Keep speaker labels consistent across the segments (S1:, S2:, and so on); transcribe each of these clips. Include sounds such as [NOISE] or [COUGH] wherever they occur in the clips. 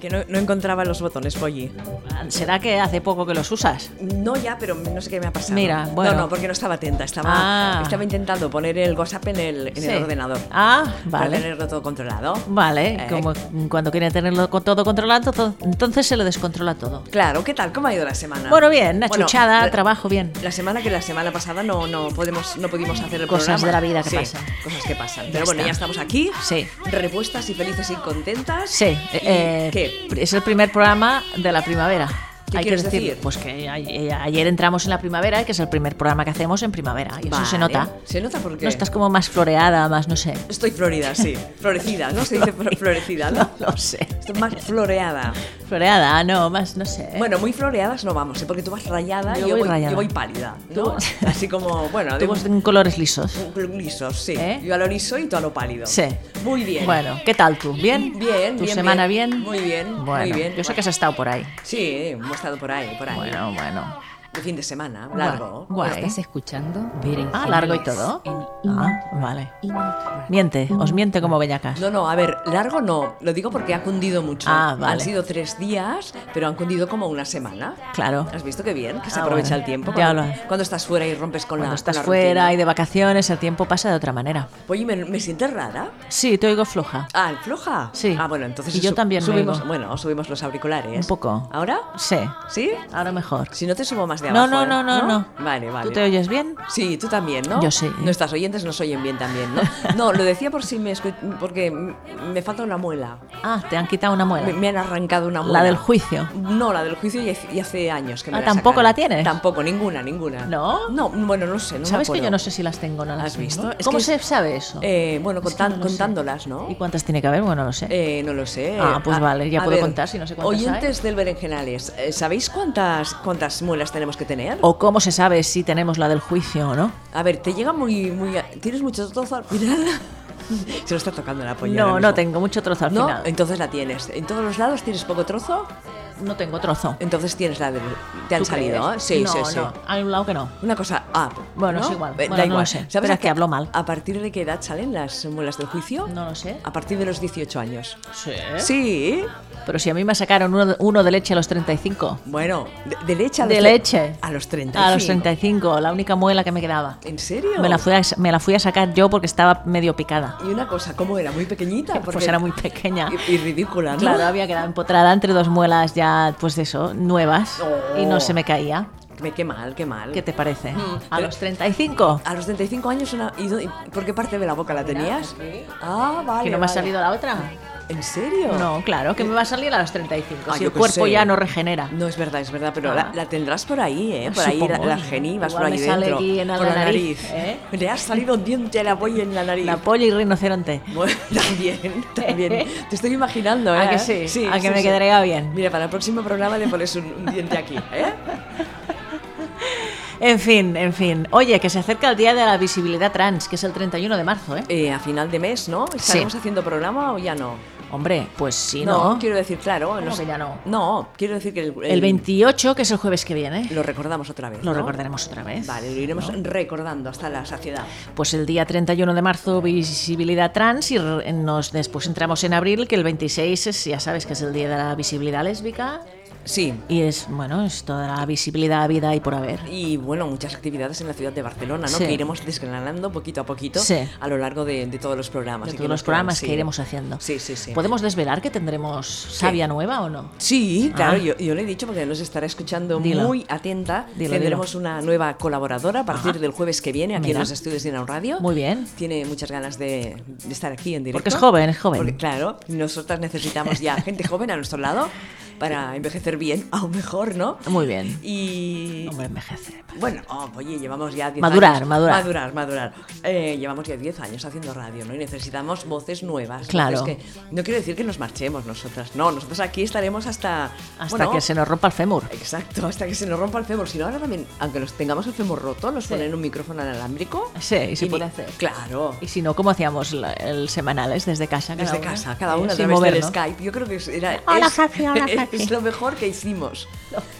S1: que no, no encontraba los botones, Polly.
S2: Ah, ¿Será que hace poco que los usas?
S1: No ya, pero no sé qué me ha pasado.
S2: Mira, bueno.
S1: No, no, porque no estaba atenta. Estaba,
S2: Ah.
S1: estaba intentando poner el WhatsApp en el, en el
S2: Sí.
S1: ordenador.
S2: Ah,
S1: Para
S2: vale.
S1: tenerlo todo controlado.
S2: Vale,
S1: Eh.
S2: como cuando quiere tenerlo con- todo controlado, to- entonces se lo descontrola todo.
S1: Claro, ¿qué tal? ¿Cómo ha ido la semana?
S2: Bueno, bien, una
S1: Bueno,
S2: chuchada,
S1: la-
S2: trabajo bien.
S1: La semana que la semana pasada no, no, podemos, no pudimos hacer el
S2: Cosas
S1: programa.
S2: de la vida que
S1: Sí,
S2: pasan.
S1: Cosas que pasan.
S2: Ya
S1: Pero bueno,
S2: está.
S1: ya estamos aquí.
S2: Sí.
S1: Repuestas y felices y contentas.
S2: Sí,
S1: ¿Y
S2: eh,
S1: ¿Qué?
S2: es el primer programa de la primavera.
S1: ¿Qué
S2: Hay que
S1: quieres
S2: decir,
S1: decir?
S2: pues que a- eh, ayer entramos en la primavera, que es el primer programa que hacemos en primavera, y eso se
S1: Vale.
S2: nota.
S1: Se nota porque
S2: No estás como más floreada, más no sé.
S1: estoy
S2: [LAUGHS]
S1: florida, sí. Florecida, ¿no? Se dice flo- florecida, ¿no?
S2: [LAUGHS] No lo sé.
S1: Estoy más floreada.
S2: ¿Eh? Floreada, no, más no sé.
S1: Bueno, muy floreadas no vamos, ¿eh? porque tú vas rayada
S2: Yo
S1: y yo
S2: voy
S1: voy,
S2: rayada.
S1: yo voy pálida.
S2: Tú-
S1: ¿no? [LAUGHS] Así como, bueno, de
S2: Tú vas en colores lisos.
S1: lisos, sí.
S2: ¿Eh?
S1: Yo a lo liso y tú a lo pálido.
S2: Sí.
S1: Muy bien.
S2: Bueno, ¿qué tal tú? ¿Bien?
S1: Bien,
S2: ¿Tu
S1: bien,
S2: semana bien?
S1: bien. Muy bien, muy
S2: Bueno,
S1: bien.
S2: Yo sé que has estado por ahí.
S1: Sí, hemos estado por ahí, por ahí.
S2: Bueno, bueno.
S1: De fin de semana, largo.
S2: Guay.
S3: ¿Estás escuchando?
S2: Ah, largo y todo. Ah, vale. Miente, os miente como bellacas.
S1: No, no, a ver, largo no. Lo digo porque ha cundido mucho.
S2: Ah, vale.
S1: Han sido tres días, pero han cundido como una semana.
S2: Claro.
S1: ¿Has visto qué bien? Que se
S2: Ah,
S1: aprovecha
S2: bueno.
S1: el tiempo.
S2: Ya
S1: Cuando,
S2: lo-
S1: cuando estás fuera y rompes con la.
S2: Cuando estás
S1: la
S2: fuera y
S1: rutina.
S2: de vacaciones, el tiempo pasa de otra manera.
S1: Oye, ¿me, me sientes rara?
S2: Sí, te oigo floja.
S1: Ah, floja.
S2: Sí.
S1: Ah, bueno, entonces.
S2: Y yo
S1: su-
S2: también me
S1: Subimos,
S2: oigo.
S1: bueno, subimos los auriculares.
S2: Un poco.
S1: ¿Ahora?
S2: Sí,
S1: ¿Sí?
S2: ahora mejor.
S1: Si no te subo más de
S2: No,
S1: abajo.
S2: no,
S1: ¿eh?
S2: no, no, no.
S1: Vale, vale.
S2: ¿Tú te oyes bien?
S1: Sí, tú también, ¿no?
S2: Yo sí.
S1: Nuestras oyentes nos oyen bien también,
S2: [LAUGHS]
S1: ¿no? No, lo decía por si me escu- porque me falta una muela.
S2: Ah, te han quitado una
S1: Me,
S2: muela.
S1: me han arrancado una muela.
S2: La del juicio.
S1: No, la del juicio y hace, y hace años que me
S2: Ah,
S1: la
S2: ¿tampoco
S1: sacaron.
S2: la tienes?
S1: Tampoco, ninguna, ninguna.
S2: ¿No?
S1: No, bueno, no sé. No me
S2: ¿Sabes que
S1: acuerdo.
S2: yo no sé si las tengo o no las
S1: ¿Has
S2: tengo?
S1: visto? Es
S2: ¿Cómo
S1: que
S2: se
S1: es-
S2: sabe eso?
S1: Eh, bueno,
S2: Es que
S1: contan-
S2: no lo sé.
S1: contándolas, ¿no?
S2: ¿Y cuántas tiene que haber? Bueno, no lo sé.
S1: Eh, no lo sé.
S2: Ah, pues
S1: A-
S2: vale, ya
S1: a
S2: puedo
S1: ver,
S2: contar si no sé cuántas hay.
S1: Oyentes del Berenjenales, eh, ¿sabéis cuántas, cuántas muelas tenemos que tener?
S2: ¿O cómo se sabe si tenemos la del juicio o no?
S1: A ver, te llega muy... muy a- ¿Tienes mucho trozo al final? [LAUGHS] Se lo está tocando la polla.
S2: No,
S1: ahora
S2: no
S1: mismo.
S2: tengo mucho trozo al
S1: ¿No?
S2: final.
S1: Entonces la tienes. En todos los lados tienes poco trozo,
S2: No tengo trozo.
S1: entonces tienes la del... ¿Te han
S2: ¿Tú
S1: salido? ¿eh?
S2: crees?
S1: Sí,
S2: no,
S1: sí, sí.
S2: no. Hay un lado que no.
S1: Una cosa, ah,
S2: Bueno,
S1: ¿no?
S2: es igual.
S1: Eh,
S2: Bueno,
S1: da
S2: no
S1: igual.
S2: lo sé. Espera,
S1: a
S2: que
S1: qué-
S2: hablo mal.
S1: ¿A partir de qué edad salen las muelas del juicio?
S2: No ¿Eh? lo sé.
S1: A partir de los 18 años.
S2: Sí.
S1: Sí.
S2: Pero si a mí me sacaron uno, uno de leche a los 35.
S1: Bueno, de, de leche a los
S2: De
S1: tre-
S2: leche.
S1: A los 35.
S2: A los 35, la única muela que me quedaba.
S1: ¿En serio?
S2: Me la, fui a, me la fui a sacar yo porque estaba medio picada.
S1: Y una cosa, ¿cómo era? ¿Muy pequeñita?
S2: Pues era muy pequeña.
S1: Y, y ridícula, ¿no?
S2: Claro, había quedado empotrada entre dos muelas ya, pues de eso, nuevas.
S1: Oh.
S2: Y no se me caía.
S1: Me- Qué mal, qué mal.
S2: ¿Qué te parece? ¿A
S1: pero-
S2: los 35?
S1: A los 35 años, una... ¿y dónde- ¿por qué parte de la boca la tenías? Ah, vale.
S2: ¿Que no me ha
S1: vale.
S2: salido la otra?
S1: ¿En serio?
S2: No, claro, que me va a salir a los 35.
S1: Ah,
S2: si
S1: yo
S2: el
S1: qué
S2: cuerpo
S1: sé.
S2: ya no regenera.
S1: No, es verdad, es verdad, pero
S2: Ah.
S1: la, la tendrás por ahí, ¿eh? Por ahí,
S2: Supongo.
S1: la- las genivas, por
S2: Igual
S1: ahí
S2: me sale
S1: dentro.
S2: aquí en la
S1: por
S2: nariz, ¿eh?
S1: Le ha salido un diente a la polla en la nariz.
S2: La polla y rinoceronte.
S1: Bueno, [LAUGHS] también,
S2: [LAUGHS]
S1: también. Te estoy imaginando, ¿eh?
S2: ¿A que sí? ¿A que me quedaría bien?
S1: Mira, para el próximo programa le pones un, un diente aquí,
S2: [LAUGHS]
S1: ¿eh?
S2: En fin, en fin. Oye, que se acerca el Día de la Visibilidad Trans, que es el 31 de marzo, ¿eh?
S1: Eh, A final de mes, ¿no? ¿Estaremos haciendo programa o ya no?
S2: Hombre, pues sí, ¿no?
S1: quiero decir, claro. nos-
S2: que ya no?
S1: No, quiero decir que el,
S2: El 28, que es el jueves que viene,
S1: Lo recordamos otra vez.
S2: lo
S1: ¿no?
S2: recordaremos otra vez.
S1: Vale, lo iremos recordando hasta la saciedad.
S2: Pues el día 31 de marzo, visibilidad trans, y re- nos después entramos en abril, que el 26 es, ya sabes, que es el día de la visibilidad lésbica.
S1: Sí,
S2: Y es, bueno, es toda la visibilidad vida y por haber.
S1: y bueno, muchas actividades en la ciudad de Barcelona, ¿no?
S2: Sí.
S1: Que iremos desgranando poquito a poquito
S2: Sí.
S1: a lo largo de, de todos los programas. y
S2: De
S1: que
S2: todos
S1: nos
S2: los programas
S1: quedan, sí.
S2: que iremos haciendo.
S1: Sí, sí, sí.
S2: ¿Podemos desvelar que tendremos sabia nueva o no?
S1: Sí, claro,
S2: Ah.
S1: yo, yo le he dicho porque nos estará escuchando
S2: Dilo.
S1: muy atenta.
S2: Dilo,
S1: Tendremos una nueva colaboradora a partir
S2: Ajá.
S1: del jueves que viene aquí
S2: Mira.
S1: en los estudios de Inau Radio.
S2: Muy bien.
S1: Tiene muchas ganas de, de estar aquí en directo.
S2: Porque es joven, es joven.
S1: Porque, claro, nosotras necesitamos
S2: [LAUGHS]
S1: ya gente joven a nuestro lado para envejecer bien, aún mejor, ¿no?
S2: Muy bien.
S1: Y
S2: Hombre, envejece.
S1: Bueno, oh, oye, llevamos ya 10
S2: Madurar,
S1: años.
S2: madurar.
S1: Madurar, madurar. Eh, llevamos ya 10 años haciendo radio, ¿no? Y necesitamos voces nuevas.
S2: Claro.
S1: voces que- no quiero decir que nos marchemos nosotras, no. Nosotros aquí estaremos hasta.
S2: Hasta
S1: bueno,
S2: que se nos rompa el fémur.
S1: Exacto, hasta que se nos rompa el fémur. Si no, ahora también, aunque nos tengamos el fémur roto, nos ponen un micrófono analámbrico.
S2: Sí, y se
S1: ni-
S2: puede hacer.
S1: Claro.
S2: Y si no, ¿cómo hacíamos la- el semanales desde casa? cada
S1: Desde
S2: una?
S1: casa, cada
S2: Eh,
S1: uno a
S2: sin
S1: través del
S2: movernos.
S1: Skype. Yo creo que es- era.
S2: Hola,
S1: es,
S2: Jaci, hola,
S1: [LAUGHS] es
S2: Jaci.
S1: lo mejor que hicimos.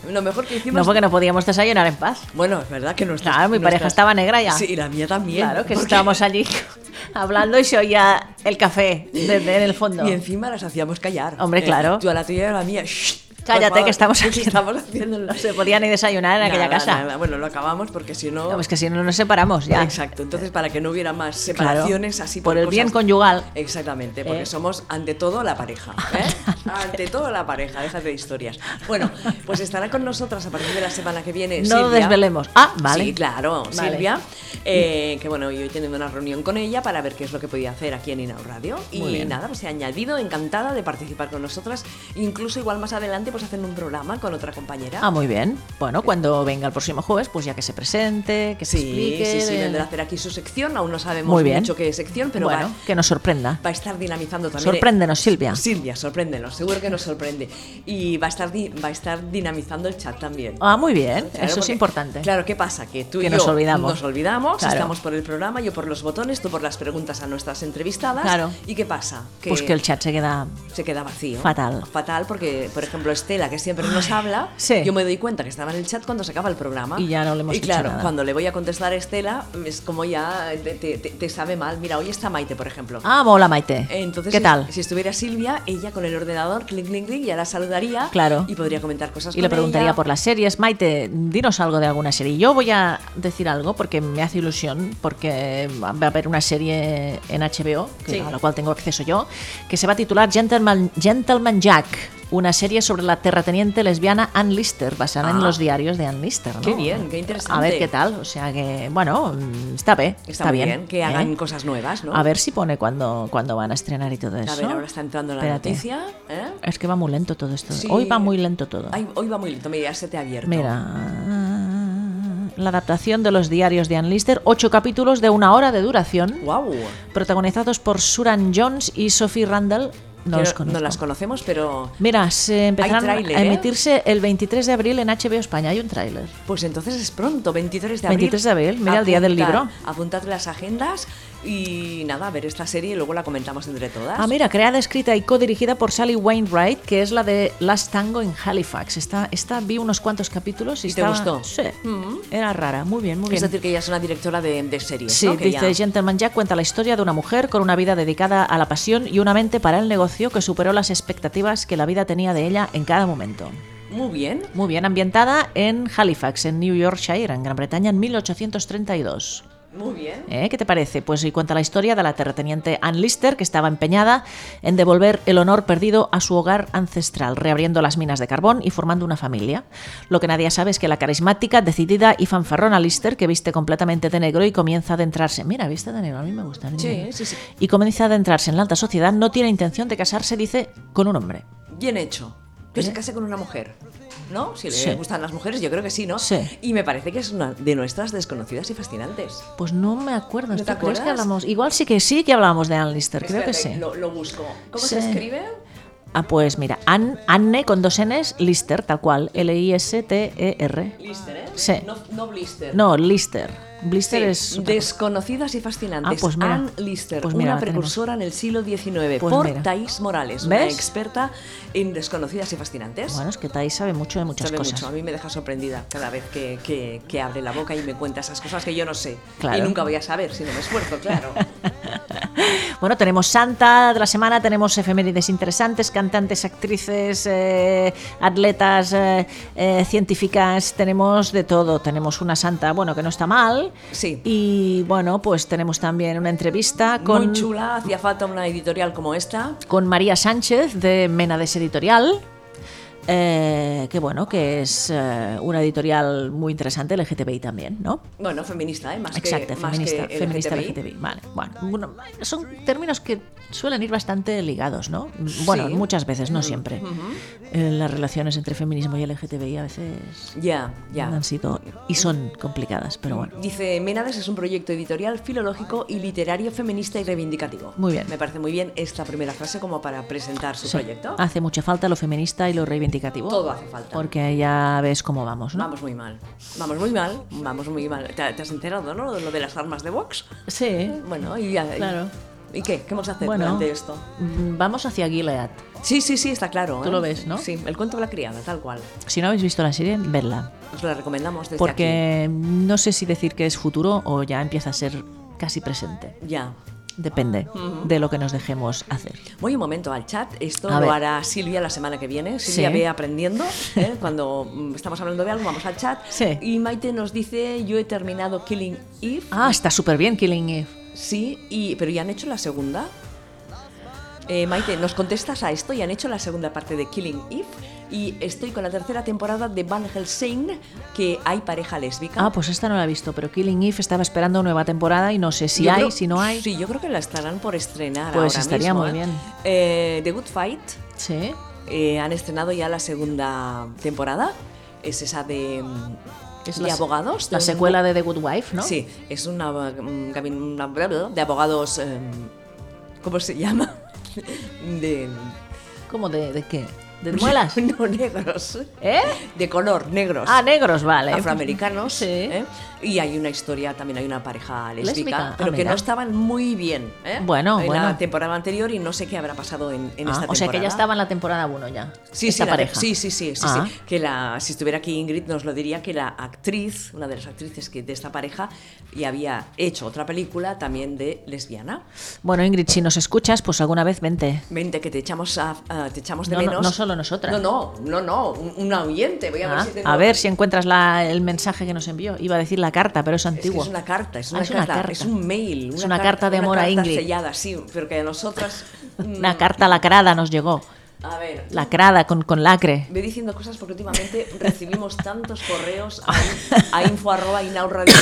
S1: Lo mejor que hicimos.
S2: No, porque no podíamos desayunar en paz.
S1: Bueno, es verdad que nuestras...
S2: Claro, mi pareja
S1: nuestras-
S2: estaba negra ya.
S1: Sí, y la mía también.
S2: Claro, que
S1: porque-
S2: estábamos allí [LAUGHS] hablando y se oía el café desde en el fondo.
S1: Y encima las hacíamos callar. Eh,
S2: Hombre, claro.
S1: Yo a la tuya y a la mía. "Shh, por
S2: Cállate,
S1: favor,
S2: que estamos
S1: ¿qué
S2: haciendo?"
S1: estamos
S2: [LAUGHS]
S1: haciendo en la-
S2: No se podía ni desayunar en aquella
S1: Nada,
S2: casa.
S1: nada. Bueno, lo acabamos porque si no.
S2: No, es que si no nos separamos ya.
S1: Exacto. Entonces, para que no hubiera más
S2: Claro.
S1: separaciones así
S2: por, el bien
S1: cosas-
S2: conyugal.
S1: Exactamente, porque
S2: Eh.
S1: somos ante todo la pareja.
S2: [LAUGHS]
S1: ¿eh? ante todo la pareja, déjate de historias. Bueno, pues estará con nosotras a partir de la semana que viene.
S2: No lo
S1: Silvia.
S2: desvelemos. Ah, vale.
S1: Sí, claro,
S2: Vale.
S1: Silvia. eh, que bueno, yo he tenido una reunión con ella para ver qué es lo que podía hacer aquí en Inau Radio.
S2: Muy
S1: Y
S2: bien.
S1: nada, pues se ha añadido, encantada de participar con nosotras. Incluso igual más adelante, pues hacen un programa con otra compañera.
S2: Ah, muy bien. Bueno, cuando venga el próximo jueves, pues ya que se presente, que se
S1: Sí,
S2: explique.
S1: sí, sí,
S2: de-
S1: vendrá a hacer aquí su sección, aún no sabemos
S2: Muy bien.
S1: mucho qué sección, pero
S2: bueno,
S1: va,
S2: que nos sorprenda.
S1: va a estar dinamizando también. ¿eh?
S2: Sorpréndenos, Silvia.
S1: Silvia, sorpréndenos, seguro que nos sorprende. Y va a estar, di- va a estar dinamizando el chat también.
S2: Ah, muy bien.
S1: Claro,
S2: Eso es
S1: porque-
S2: importante.
S1: Claro, ¿qué pasa? Que tú y
S2: Que
S1: yo
S2: nos olvidamos.
S1: Nos olvidamos,
S2: Claro.
S1: estamos por el programa, yo por los botones, tú por las preguntas a nuestras entrevistadas.
S2: Claro.
S1: ¿Y qué pasa?
S2: Pues que el chat se queda.
S1: se queda vacío.
S2: Fatal.
S1: Fatal porque, por ejemplo, Estela, que siempre nos habla,
S2: sí.
S1: yo me doy cuenta que estaba en el chat cuando se acaba el programa.
S2: Y ya no le hemos
S1: Y
S2: dicho
S1: claro,
S2: nada.
S1: cuando le voy a contestar a Estela, es como ya te, te- te- te sabe mal. Mira, hoy está Maite, por ejemplo.
S2: Ah, hola Maite.
S1: Entonces,
S2: ¿Qué
S1: si-
S2: tal?
S1: Si, estuviera Silvia, ella con el ordenador, clic, clic, clic, ya la saludaría.
S2: Claro.
S1: Y podría comentar cosas
S2: Y le
S1: con
S2: preguntaría
S1: ella.
S2: por las series. Maite, dinos algo de alguna serie. Yo voy a decir algo porque me hace ilusión, porque va a haber una serie en HBO, que-
S1: Sí.
S2: a la cual tengo acceso yo, que se va a titular Gentleman, Gentleman Jack, una serie sobre la terrateniente lesbiana Ann Lister, basada en
S1: Ah.
S2: los diarios de Ann Lister. ¿no?
S1: Qué bien, qué interesante.
S2: A ver qué tal. O sea que, bueno, mm, está bien. Está,
S1: Está, muy bien, que
S2: ¿eh?
S1: hagan cosas nuevas, ¿no?
S2: A ver si pone cuando, cuando van a estrenar y todo eso.
S1: A ver, ahora está entrando la
S2: Espérate.
S1: noticia. ¿eh?
S2: Es que va muy lento todo esto.
S1: Sí.
S2: Hoy va muy lento todo.
S1: Ay, hoy va muy lento, mira, se te ha abierto.
S2: Mira, la adaptación de los diarios de Ann Lister, ocho capítulos de una hora de duración,
S1: ¡Guau!
S2: protagonizados por Suran Jones y Sophie Randall. No
S1: Que
S2: los conozco.
S1: las conocemos, pero
S2: Mira, se empezarán
S1: tráiler,
S2: a
S1: ¿eh?
S2: emitirse el 23 de abril en HBO España. Hay un tráiler.
S1: Pues entonces es pronto, 23 de abril.
S2: 23 de abril, mira, el día del libro.
S1: Apuntad las agendas y nada, a ver esta serie y luego la comentamos entre todas.
S2: Ah, mira, creada, escrita y codirigida por Sally Wainwright, que es la de Last Tango en Halifax. Esta, esta vi unos cuantos capítulos y,
S1: ¿Y te
S2: estaba-
S1: gustó? Mm.
S2: Sí, era rara. Muy bien, muy bien.
S1: es decir, que ella es una directora de, de series,
S2: Sí,
S1: ¿no? Que
S2: dice
S1: ya-
S2: Gentleman Jack cuenta la historia de una mujer con una vida dedicada a la pasión y una mente para el negocio que superó las expectativas que la vida tenía de ella en cada momento.
S1: Muy bien.
S2: Muy bien, ambientada en Halifax, en New Yorkshire, en Gran Bretaña, en 1832.
S1: Muy bien.
S2: ¿Eh? ¿Qué te parece? Pues y cuenta la historia de la terrateniente Ann Lister, que estaba empeñada en devolver el honor perdido a su hogar ancestral, reabriendo las minas de carbón y formando una familia. Lo que nadie sabe es que la carismática, decidida y fanfarrona Lister, que viste completamente de negro y comienza a adentrarse. Mira, viste de negro, a mí me gusta. el
S1: Sí,
S2: negro.
S1: sí, sí.
S2: Y comienza a adentrarse en la alta sociedad, no tiene intención de casarse, dice, con un hombre.
S1: Bien hecho. Que se case con una mujer. ¿No? Si le
S2: Sí.
S1: gustan las mujeres, yo creo que sí, ¿no?
S2: Sí.
S1: Y me parece que es una de nuestras desconocidas y fascinantes.
S2: Pues no me acuerdo.
S1: ¿No te
S2: ¿tú crees que
S1: acuerdas?
S2: hablamos? Igual sí que sí que hablábamos de Ann Lister, creo que
S1: Espérate,
S2: sí.
S1: Lo, lo busco. ¿Cómo
S2: Sí.
S1: se escribe?
S2: Ah, pues mira, An- Anne con dos N's, Lister, tal cual, L-I-S-T-E-R.
S1: Blister, ¿eh?
S2: Sí.
S1: No, no blister.
S2: E No, Lister. Blister
S1: Sí,
S2: es. otra cosa.
S1: Desconocidas y fascinantes.
S2: Ah, pues mira.
S1: Anne Lister,
S2: Pues mira,
S1: una
S2: la tenemos.
S1: precursora en el siglo XIX
S2: Pues
S1: por
S2: mira.
S1: Thais Morales, una
S2: ¿Ves?
S1: experta en desconocidas y fascinantes.
S2: Bueno, es que Tai sabe mucho de muchas
S1: Sabe
S2: cosas.
S1: mucho, a mí me deja sorprendida cada vez que, que- que abre la boca y me cuenta esas cosas que yo no sé.
S2: Claro.
S1: Y nunca voy a saber si no me
S2: [LAUGHS]
S1: esfuerzo, claro.
S2: Bueno, tenemos Santa de la semana, tenemos efemérides interesantes, cantantes, actrices, eh, atletas, eh, eh, científicas, tenemos de todo. Tenemos una Santa, bueno, que no está mal.
S1: Sí.
S2: Y bueno, pues tenemos también una entrevista con.
S1: Muy chula, hacía falta una editorial como esta.
S2: con María Sánchez de Menades Editorial. eh, que bueno, que es eh, una editorial muy interesante, LGTBI también, ¿no?
S1: Bueno, feminista, ¿eh? Más
S2: Exacto,
S1: que, más
S2: feminista,
S1: que
S2: feminista
S1: LGTBI.
S2: LGTBI. Vale, bueno, bueno, son términos que suelen ir bastante ligados, ¿no? Bueno,
S1: Sí. Mm,
S2: muchas veces, no siempre. Eh, las relaciones entre feminismo y LGTBI a veces
S1: Ya, ya.
S2: han sido y son complicadas, pero bueno.
S1: Dice, Menades es un proyecto editorial, filológico y literario feminista y reivindicativo.
S2: Muy bien.
S1: Me parece muy bien esta primera frase como para presentar su
S2: sí,
S1: proyecto.
S2: Hace mucha falta lo feminista y lo reivindicativo.
S1: Todo hace falta.
S2: Porque ya ves cómo vamos, ¿no?
S1: Vamos muy mal. Vamos muy mal. Vamos muy mal. ¿Te, te has enterado, no? Lo de las armas de Vox.
S2: Sí,
S1: Bueno, y ya. y-
S2: Claro.
S1: ¿Y qué? ¿Qué vamos a hacer
S2: Bueno,
S1: durante esto?
S2: mm, vamos hacia Gilead.
S1: Sí, sí, sí, está claro.
S2: Tú
S1: ¿eh?
S2: lo ves, ¿no?
S1: Sí, el cuento de la criada, tal cual.
S2: Si no habéis visto la serie, vedla.
S1: Os la recomendamos desde
S2: Porque no sé si decir que es futuro o ya empieza a ser casi presente.
S1: aquí. Ya.
S2: Depende de lo que nos dejemos hacer.
S1: Voy un momento al chat. Esto
S2: A
S1: lo
S2: ver.
S1: hará Silvia la semana que viene. Silvia
S2: Sí.
S1: ve aprendiendo. ¿eh? Cuando mm, estamos hablando de algo, vamos al chat.
S2: Sí.
S1: Y Maite nos dice: Yo he terminado Killing Eve.
S2: Ah, está súper bien Killing Eve.
S1: Sí, y, pero ¿ya han hecho la segunda? Eh, Maite, ¿nos contestas a esto? Ya han hecho la segunda parte de Killing Eve. Y estoy con la tercera temporada de Van Helsing, que hay pareja lésbica.
S2: Ah, pues esta no la he visto, pero Killing Eve estaba esperando nueva temporada y no sé si
S1: Yo
S2: hay,
S1: creo-
S2: si no hay.
S1: Sí, yo creo que la estarán por estrenar.
S2: Pues
S1: ahora
S2: estaría
S1: mismo,
S2: muy
S1: ¿eh?
S2: bien.
S1: Eh, The Good Fight,
S2: Sí.
S1: eh, han estrenado ya la segunda temporada. Es esa de, mm,
S2: Es
S1: de
S2: la-
S1: abogados. de
S2: La
S1: un-
S2: secuela de The Good Wife, ¿no?
S1: Sí, es una, mm, cabin- una- bla, bla, de abogados. em, ¿Cómo se llama? [LAUGHS] De.
S2: ¿Cómo de, de qué?
S1: [LAUGHS]
S2: ¿De muelas?
S1: No, negros.
S2: ¿Eh?
S1: De color, negros.
S2: Ah, negros, vale.
S1: afroamericanos.
S2: Sí.
S1: ¿eh? Y hay una historia, también hay una pareja lésbica,
S2: Lésbica, ah,
S1: pero que
S2: mira.
S1: no estaban muy bien ¿eh?
S2: Bueno,
S1: en
S2: bueno.
S1: la temporada anterior y no sé qué habrá pasado en, en
S2: Ah,
S1: esta temporada.
S2: o sea que ya estaba en la temporada 1 ya.
S1: Sí,
S2: esta
S1: sí, la-
S2: pareja.
S1: sí, sí, sí, sí,
S2: Ah.
S1: sí. Que la, si estuviera aquí Ingrid nos lo diría que la actriz, una de las actrices que de esta pareja, y había hecho otra película también de lesbiana.
S2: Bueno, Ingrid, si nos escuchas, pues alguna vez vente.
S1: Vente, que te echamos, a- a- te echamos de
S2: No, no,
S1: menos.
S2: no solo nosotras.
S1: No, no, no, no, un, un oyente. Voy a ver
S2: Ah,
S1: si tengo-
S2: a ver si encuentras la- el mensaje que nos envió. Iba a decir la carta, pero es
S1: Es, que
S2: antigua.
S1: es una carta, es
S2: Ah,
S1: una,
S2: es una
S1: carta,
S2: carta.
S1: es un mail.
S2: Es una carta de
S1: una
S2: amor a
S1: carta
S2: Ingrid.
S1: sellada, sí, pero que a
S2: [LAUGHS]
S1: nosotras... mm,
S2: Una carta lacrada nos llegó.
S1: A ver,
S2: Lacrada, con, con lacre.
S1: ve diciendo cosas porque últimamente recibimos tantos correos a, a info arroba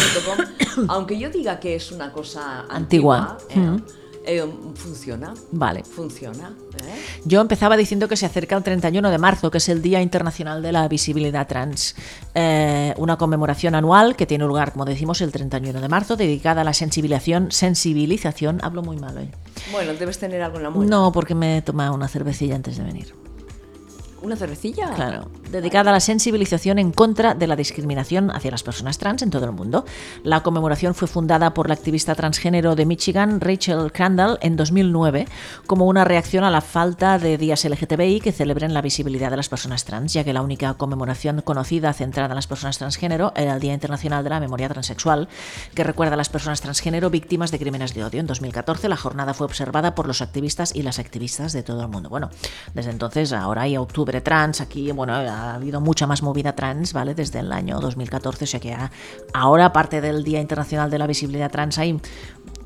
S1: inauradio.com. Aunque yo diga que es una cosa
S2: Antigua.
S1: antigua, eh, eh, funciona,
S2: Vale.
S1: funciona. ¿eh?
S2: Yo empezaba diciendo que se acerca el 31 de marzo, que es el Día Internacional de la Visibilidad Trans, Eh, una conmemoración anual que tiene lugar, como decimos, el 31 de marzo, dedicada a la sensibilización. sensibilización hablo muy mal hoy.
S1: Bueno, debes tener algo en la muela.
S2: No, porque me he tomado una cervecilla antes de venir.
S1: ¿Una cervecilla?
S2: Claro, dedicada a la sensibilización en contra de la discriminación hacia las personas trans en todo el mundo. La conmemoración fue fundada por la activista transgénero de Michigan, Rachel Crandall, en 2009, como una reacción a la falta de días LGTBI que celebren la visibilidad de las personas trans, ya que la única conmemoración conocida centrada en las personas transgénero era el Día Internacional de la Memoria Transexual, que recuerda a las personas transgénero víctimas de crímenes de odio. En 2014 la jornada fue observada por los activistas y las activistas de todo el mundo. Bueno, desde entonces ahora hay octubre trans, aquí bueno, ha habido mucha más movida trans, ¿vale? Desde el año 2014, o sea que a- ahora aparte del Día Internacional de la Visibilidad Trans hay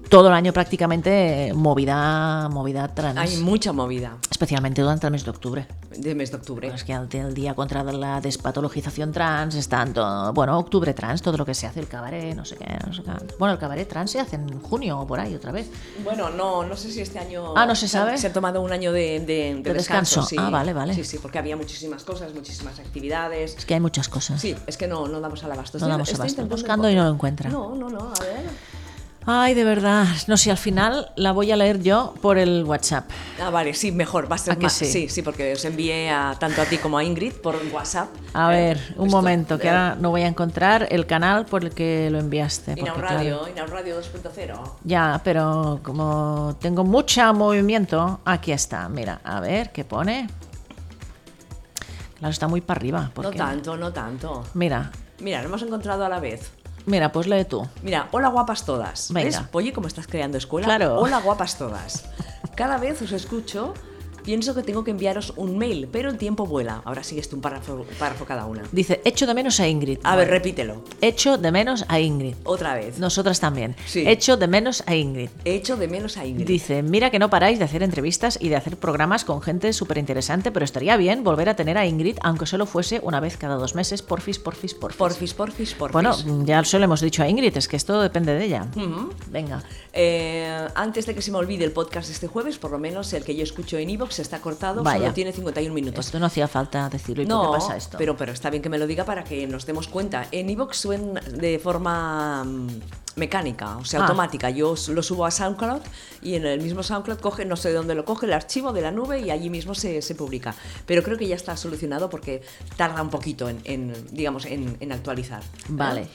S2: todo el año prácticamente eh, movida, movida trans.
S1: Hay mucha movida
S2: especialmente durante el mes de octubre.
S1: de mes de octubre.
S2: Es que el, el día contra la despatologización trans, están todo, bueno, octubre trans, todo lo que se hace, el cabaret, no sé qué, no sé qué. Bueno, el cabaret trans se hace en junio o por ahí otra vez.
S1: Bueno, no, no sé si este año.
S2: Ah, no se
S1: se han-
S2: sabe.
S1: Se ha tomado un año de, de- de
S2: De descanso.
S1: descanso. sí.
S2: Ah, vale, vale.
S1: Sí, sí, porque había muchísimas cosas, muchísimas actividades.
S2: Es que hay muchas cosas.
S1: Sí, es que no, no damos al abasto.
S2: No
S1: Estoy-
S2: damos
S1: estoy
S2: abasto.
S1: intentando
S2: Buscando y no lo encuentra.
S1: No, no, no, a ver.
S2: Ay, de verdad. No sé, al final la voy a leer yo por el WhatsApp.
S1: Ah, vale, sí, mejor, va a ser
S2: ¿A que
S1: más.
S2: sí?
S1: sí, sí, porque os envié a, tanto a ti como a Ingrid por WhatsApp.
S2: A
S1: Eh,
S2: ver, un
S1: esto,
S2: momento, que
S1: eh,
S2: ahora no voy a encontrar el canal por el que lo enviaste. porque,
S1: Inauradio,
S2: claro,
S1: Inauradio 2.0.
S2: ya, pero como tengo mucho movimiento, aquí está. Mira, a ver, ¿qué pone? Claro, está muy para arriba.
S1: No
S2: Porque...
S1: tanto, no tanto.
S2: Mira,
S1: Mira, lo hemos encontrado a la vez.
S2: mira, pues lee tú.
S1: Mira, hola guapas todas.
S2: Venga.
S1: ¿Ves? Oye, cómo estás creando escuela.
S2: Claro.
S1: Hola guapas todas. Cada vez os escucho, pienso que tengo que enviaros un mail, pero el tiempo vuela. Ahora sigues tú un párrafo, párrafo cada una.
S2: Dice, echo de menos a Ingrid.
S1: A ver, repítelo.
S2: Echo de menos a Ingrid.
S1: Otra vez.
S2: Nosotras también.
S1: Sí.
S2: Echo de menos a Ingrid.
S1: He hecho de menos a Ingrid.
S2: Dice, mira que no paráis de hacer entrevistas y de hacer programas con gente súper interesante, pero estaría bien volver a tener a Ingrid, aunque solo fuese una vez cada dos meses, porfis, porfis, porfis.
S1: Porfis, porfis, porfis.
S2: Bueno, ya se lo hemos dicho a Ingrid, es que esto depende de ella. Venga.
S1: Eh, antes de que se me olvide el podcast de este jueves, por lo menos el que yo escucho en Evox está cortado,
S2: Vaya.
S1: solo tiene 51 minutos.
S2: Esto no hacía falta decirlo. ¿Y por
S1: No,
S2: qué pasa esto?
S1: pero pero está bien que me lo diga para que nos demos cuenta. En Evox suena de forma mm, mecánica, o sea,
S2: Ah.
S1: automática. Yo s- lo subo a SoundCloud y en el mismo SoundCloud coge, no sé dónde lo coge, el archivo de la nube y allí mismo se, se publica. Pero creo que ya está solucionado porque tarda un poquito en, en, digamos, en, en actualizar.
S2: Vale,
S1: ¿Eh?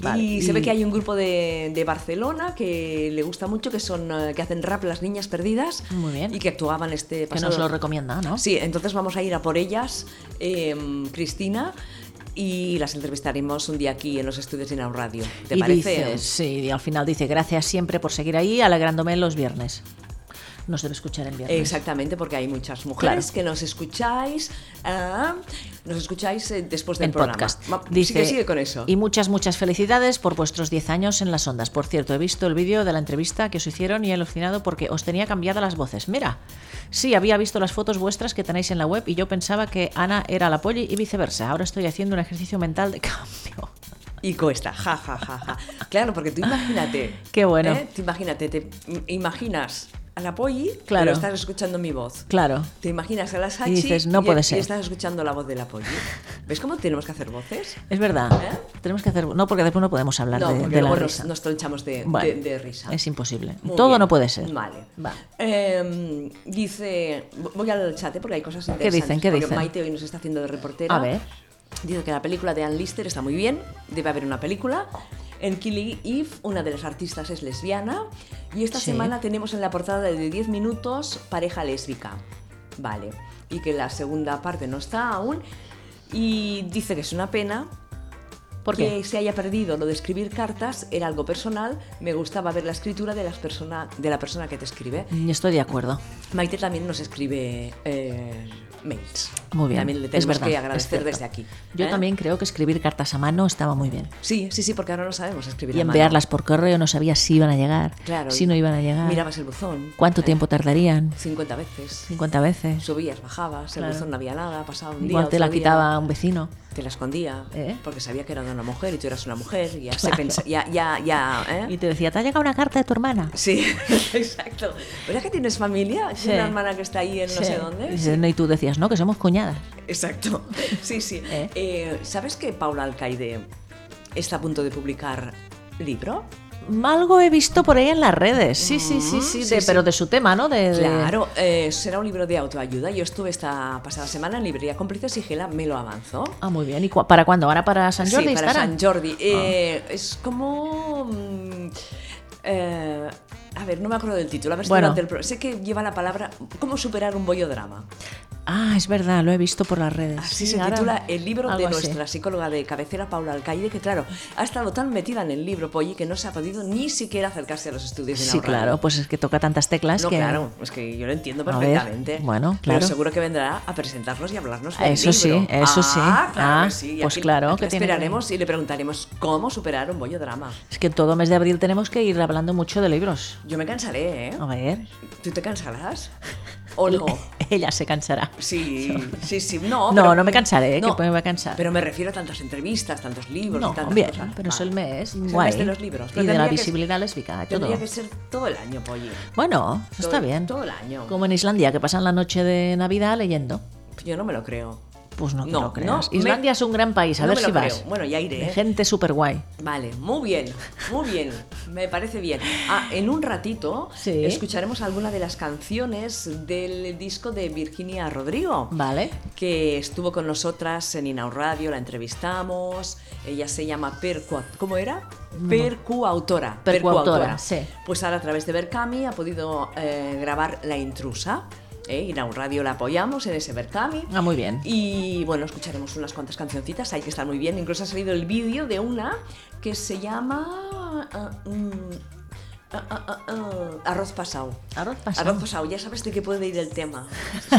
S2: vale.
S1: Y, se ve
S2: Y-
S1: que hay un grupo de, de Barcelona que le gusta mucho, que son eh, que hacen rap las niñas perdidas
S2: Muy bien.
S1: y que actuaban este
S2: que
S1: pasado
S2: nos lo recomienda, ¿no?
S1: Sí, entonces vamos a ir a por ellas, eh, em, Cristina. y las entrevistaremos un día aquí en los estudios de Now Radio. ¿Te
S2: y
S1: parece?
S2: dice, sí, y al final dice, gracias siempre por seguir ahí, alegrándome los viernes. Nos debe escuchar en viernes.
S1: Exactamente, porque hay muchas mujeres
S2: Claro.
S1: que nos escucháis, ah, nos escucháis eh, después del
S2: En
S1: programa.
S2: podcast.
S1: Va, sigue, sigue con eso.
S2: Y muchas, muchas felicidades por vuestros 10 años en las ondas. Por cierto, he visto el vídeo de la entrevista que os hicieron y he alucinado porque os tenía cambiadas las voces. Mira, sí, había visto las fotos vuestras que tenéis en la web y yo pensaba que Ana era la poli y viceversa. Ahora estoy haciendo un ejercicio mental de [LAUGHS] cambio.
S1: Y cuesta, ja, ja, ja, ja. Claro, porque tú imagínate.
S2: [LAUGHS] Qué bueno.
S1: ¿eh? Tú imagínate, te im- imaginas a la Poli,
S2: Claro.
S1: pero estás escuchando mi voz.
S2: Claro.
S1: Te imaginas a la Sachi
S2: Y dices, no puede ser.
S1: y estás escuchando la voz de la Poli. ¿Ves cómo tenemos que hacer voces?
S2: Es verdad.
S1: ¿Eh?
S2: Tenemos que hacer. No, porque después no podemos hablar
S1: no,
S2: de,
S1: porque
S2: de la
S1: luego nos,
S2: risa.
S1: nos tronchamos de,
S2: Bueno,
S1: de- de risa.
S2: Es imposible.
S1: Muy
S2: Todo
S1: bien.
S2: no puede ser.
S1: Vale.
S2: Va.
S1: Eh, dice, voy al chat eh, porque hay cosas
S2: dicen?
S1: interesantes.
S2: ¿Qué
S1: porque
S2: dicen?
S1: Maite hoy nos está haciendo de reportera.
S2: A ver.
S1: Dice que la película de Ann Lister está muy bien, debe haber una película. En Killing Eve, una de las artistas es lesbiana. Y esta
S2: Sí.
S1: semana tenemos en la portada de 10 minutos pareja lésbica. Vale. Y que la segunda parte no está aún. Y dice que es una pena
S2: ¿Por
S1: que
S2: qué?
S1: se haya perdido lo de escribir cartas era algo personal. Me gustaba ver la escritura de, las persona, de la persona que te escribe.
S2: Mm, Estoy de acuerdo.
S1: Maite también nos escribe eh, mails.
S2: Muy bien.
S1: También le
S2: es
S1: tenemos
S2: verdad,
S1: que
S2: es
S1: agradecer
S2: cierto.
S1: desde aquí.
S2: Yo
S1: ¿eh?
S2: también creo que escribir cartas a mano estaba muy bien.
S1: Sí, sí, sí, porque ahora no sabemos escribir.
S2: Y
S1: a mano.
S2: enviarlas por correo no sabías si iban a llegar,
S1: Claro.
S2: si no iban a llegar,
S1: Mirabas el buzón.
S2: Ah. cuánto
S1: eh,
S2: tiempo tardarían,
S1: 50 veces.
S2: 50 veces.
S1: Subías, bajabas,
S2: Claro.
S1: el buzón no había nada, pasaba un día.
S2: Igual te la
S1: otro día.
S2: quitaba un vecino.
S1: Te la escondía,
S2: ¿Eh?
S1: porque sabía que era de una mujer y tú eras una mujer. Y ya se
S2: Claro.
S1: pensa- ya, ya, ya, ¿eh?
S2: Y te decía, te ha llegado una carta de tu hermana. [LAUGHS]
S1: Sí, exacto. ¿Verdad que tienes familia? ¿Tienes
S2: Sí.
S1: Una hermana que está ahí en no
S2: Sí.
S1: sé dónde.
S2: Y
S1: Sí.
S2: se- no, Y tú decías, no, que somos cuñadas.
S1: Exacto. [LAUGHS] Sí, sí.
S2: ¿Eh?
S1: Eh, ¿Sabes que Paula Alcaide está a punto de publicar libro?
S2: Algo he visto por ahí en las redes. Sí, sí, sí,
S1: Mm,
S2: sí,
S1: sí,
S2: de-
S1: sí.
S2: pero de su tema, ¿no? De, de-
S1: Claro, eh, será un libro de autoayuda. Yo estuve esta pasada semana en librería cómplices y Gela me lo avanzó.
S2: Ah, muy bien. ¿Y cua- para cuándo? ¿Ahora para San Jordi?
S1: sí, para
S2: estará? Ah.
S1: San Jordi. Eh, Es como... mm, eh, a ver, no me acuerdo del título. A ver si
S2: Bueno.
S1: durante el pro- Sé que lleva la palabra ¿Cómo superar un bollo drama?
S2: Ah, es verdad, lo he visto por las redes.
S1: Así
S2: Sí,
S1: Ah, se
S2: ahora-
S1: titula el libro de
S2: algo así.
S1: nuestra psicóloga de cabecera, Paula Alcaide, que claro, ha estado tan metida en el libro, Polly, que no se ha podido ni siquiera acercarse a los estudios de
S2: Sí,
S1: Navarra.
S2: claro, pues es que toca tantas teclas
S1: No,
S2: que.
S1: claro, es que yo lo entiendo
S2: A ver,
S1: perfectamente.
S2: bueno, claro.
S1: Pero seguro que vendrá a presentarnos y hablarnos del
S2: Eso sí,
S1: libro.
S2: eso sí.
S1: Ah, claro que
S2: Ah,
S1: sí. Y
S2: pues
S1: aquí
S2: claro
S1: la
S2: que tiene que-
S1: Esperaremos y le preguntaremos cómo superar un bollo drama.
S2: Es que todo mes de abril tenemos que ir hablando mucho de libros.
S1: Yo me cansaré, ¿eh?
S2: A ver.
S1: ¿Tú te cansarás? ¿O
S2: [LAUGHS]
S1: no?
S2: Ella se cansará.
S1: Sí, sí, sí. No,
S2: No,
S1: pero-
S2: no me cansaré, ¿eh?
S1: No,
S2: que pues me voy a cansar.
S1: Pero me refiero a tantas entrevistas, tantos libros,
S2: no,
S1: y tantas
S2: bien,
S1: cosas.
S2: pero es el
S1: Vale.
S2: mes.
S1: Es el
S2: guay.
S1: mes de los libros. Pero
S2: Y de la
S1: tendría que-
S2: visibilidad lésbica, todo.
S1: Tendría que ser todo el año, Polly.
S2: Bueno, eso
S1: Todo-
S2: está bien.
S1: todo el año.
S2: Como en Islandia, que pasan la noche de Navidad leyendo.
S1: Yo no me lo creo.
S2: Pues no te
S1: No,
S2: lo creas.
S1: no,
S2: Islandia
S1: me-
S2: es un gran país, a
S1: no
S2: ver
S1: me lo
S2: si vas.
S1: creo. Bueno, ya iré,
S2: De
S1: ¿eh?
S2: gente súper guay.
S1: Vale, muy bien, muy bien. Me parece bien. Ah, en un ratito
S2: Sí.
S1: escucharemos alguna de las canciones del disco de Virginia Rodrigo.
S2: Vale.
S1: que estuvo con nosotras en Inau Radio, la entrevistamos. Ella se llama Percu, ¿cómo era? Percuautora.
S2: Percuautora, sí.
S1: Pues ahora a través de Berkami ha podido eh, grabar La Intrusa. ¿eh? Inau Radio la apoyamos en ese Berkami.
S2: Ah, muy bien.
S1: Y bueno, escucharemos unas cuantas cancioncitas, hay que estar muy bien. Incluso ha salido el vídeo de una que se llama... ah, mm, ah, ah, ah, ah, arroz pasado.
S2: Arroz pasado.
S1: Arroz pasado. pues, Ya sabes de qué puede ir el tema.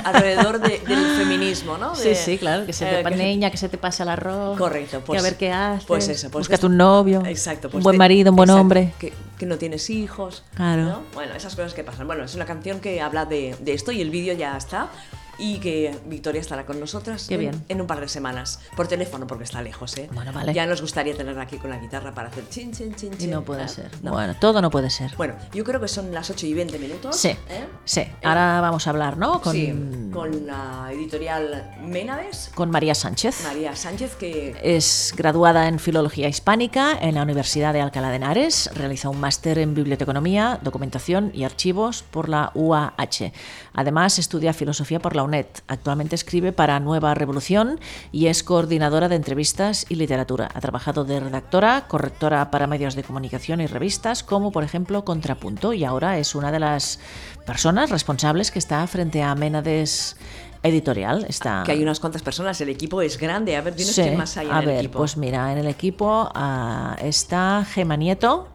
S1: Alrededor de- del feminismo, ¿no?
S2: Sí,
S1: De-
S2: sí, claro, que se te
S1: eh,
S2: pa- niña, que se te pasa el arroz.
S1: Correcto, pues.
S2: que a ver qué haces.
S1: Pues eso, pues
S2: Búscate
S1: des-
S2: un novio.
S1: Exacto,
S2: un
S1: pues
S2: buen
S1: de-
S2: marido, un buen
S1: exacto,
S2: hombre.
S1: Que, que no tienes hijos.
S2: Claro.
S1: ¿no? Bueno, esas cosas que pasan. Bueno, es una canción que habla de, de esto y el vídeo ya está. Y que Victoria estará con nosotras
S2: Qué
S1: en,
S2: bien.
S1: en un par de semanas. Por teléfono, porque está lejos, ¿eh?
S2: Bueno, vale.
S1: Ya nos gustaría tenerla aquí con la guitarra para hacer chin, chin, chin,
S2: Y
S1: chin,
S2: no puede
S1: ¿eh?
S2: ser.
S1: No.
S2: Bueno, todo no puede ser.
S1: Bueno, yo creo que son las 8 y 20 minutos.
S2: Sí,
S1: ¿eh?
S2: sí. Ahora vamos a hablar, ¿no? Con,
S1: Sí, con la editorial Ménades,
S2: con María Sánchez.
S1: María Sánchez, que
S2: Es graduada en Filología Hispánica en la Universidad de Alcalá de Henares, realiza un máster en Biblioteconomía, Documentación y Archivos por la UAH. Además, estudia Filosofía por la Braunet. Actualmente escribe para Nueva Revolución y es coordinadora de entrevistas y literatura. Ha trabajado de redactora, correctora para medios de comunicación y revistas, como por ejemplo Contrapunto, y ahora es una de las personas responsables que está frente a Ménades editorial está
S1: Que hay unas cuantas personas, el equipo es grande. A ver, dinos
S2: Ah. Sí,
S1: quién más hay en
S2: a
S1: el
S2: ver,
S1: equipo.
S2: pues mira, en el equipo ah, está Gema Nieto,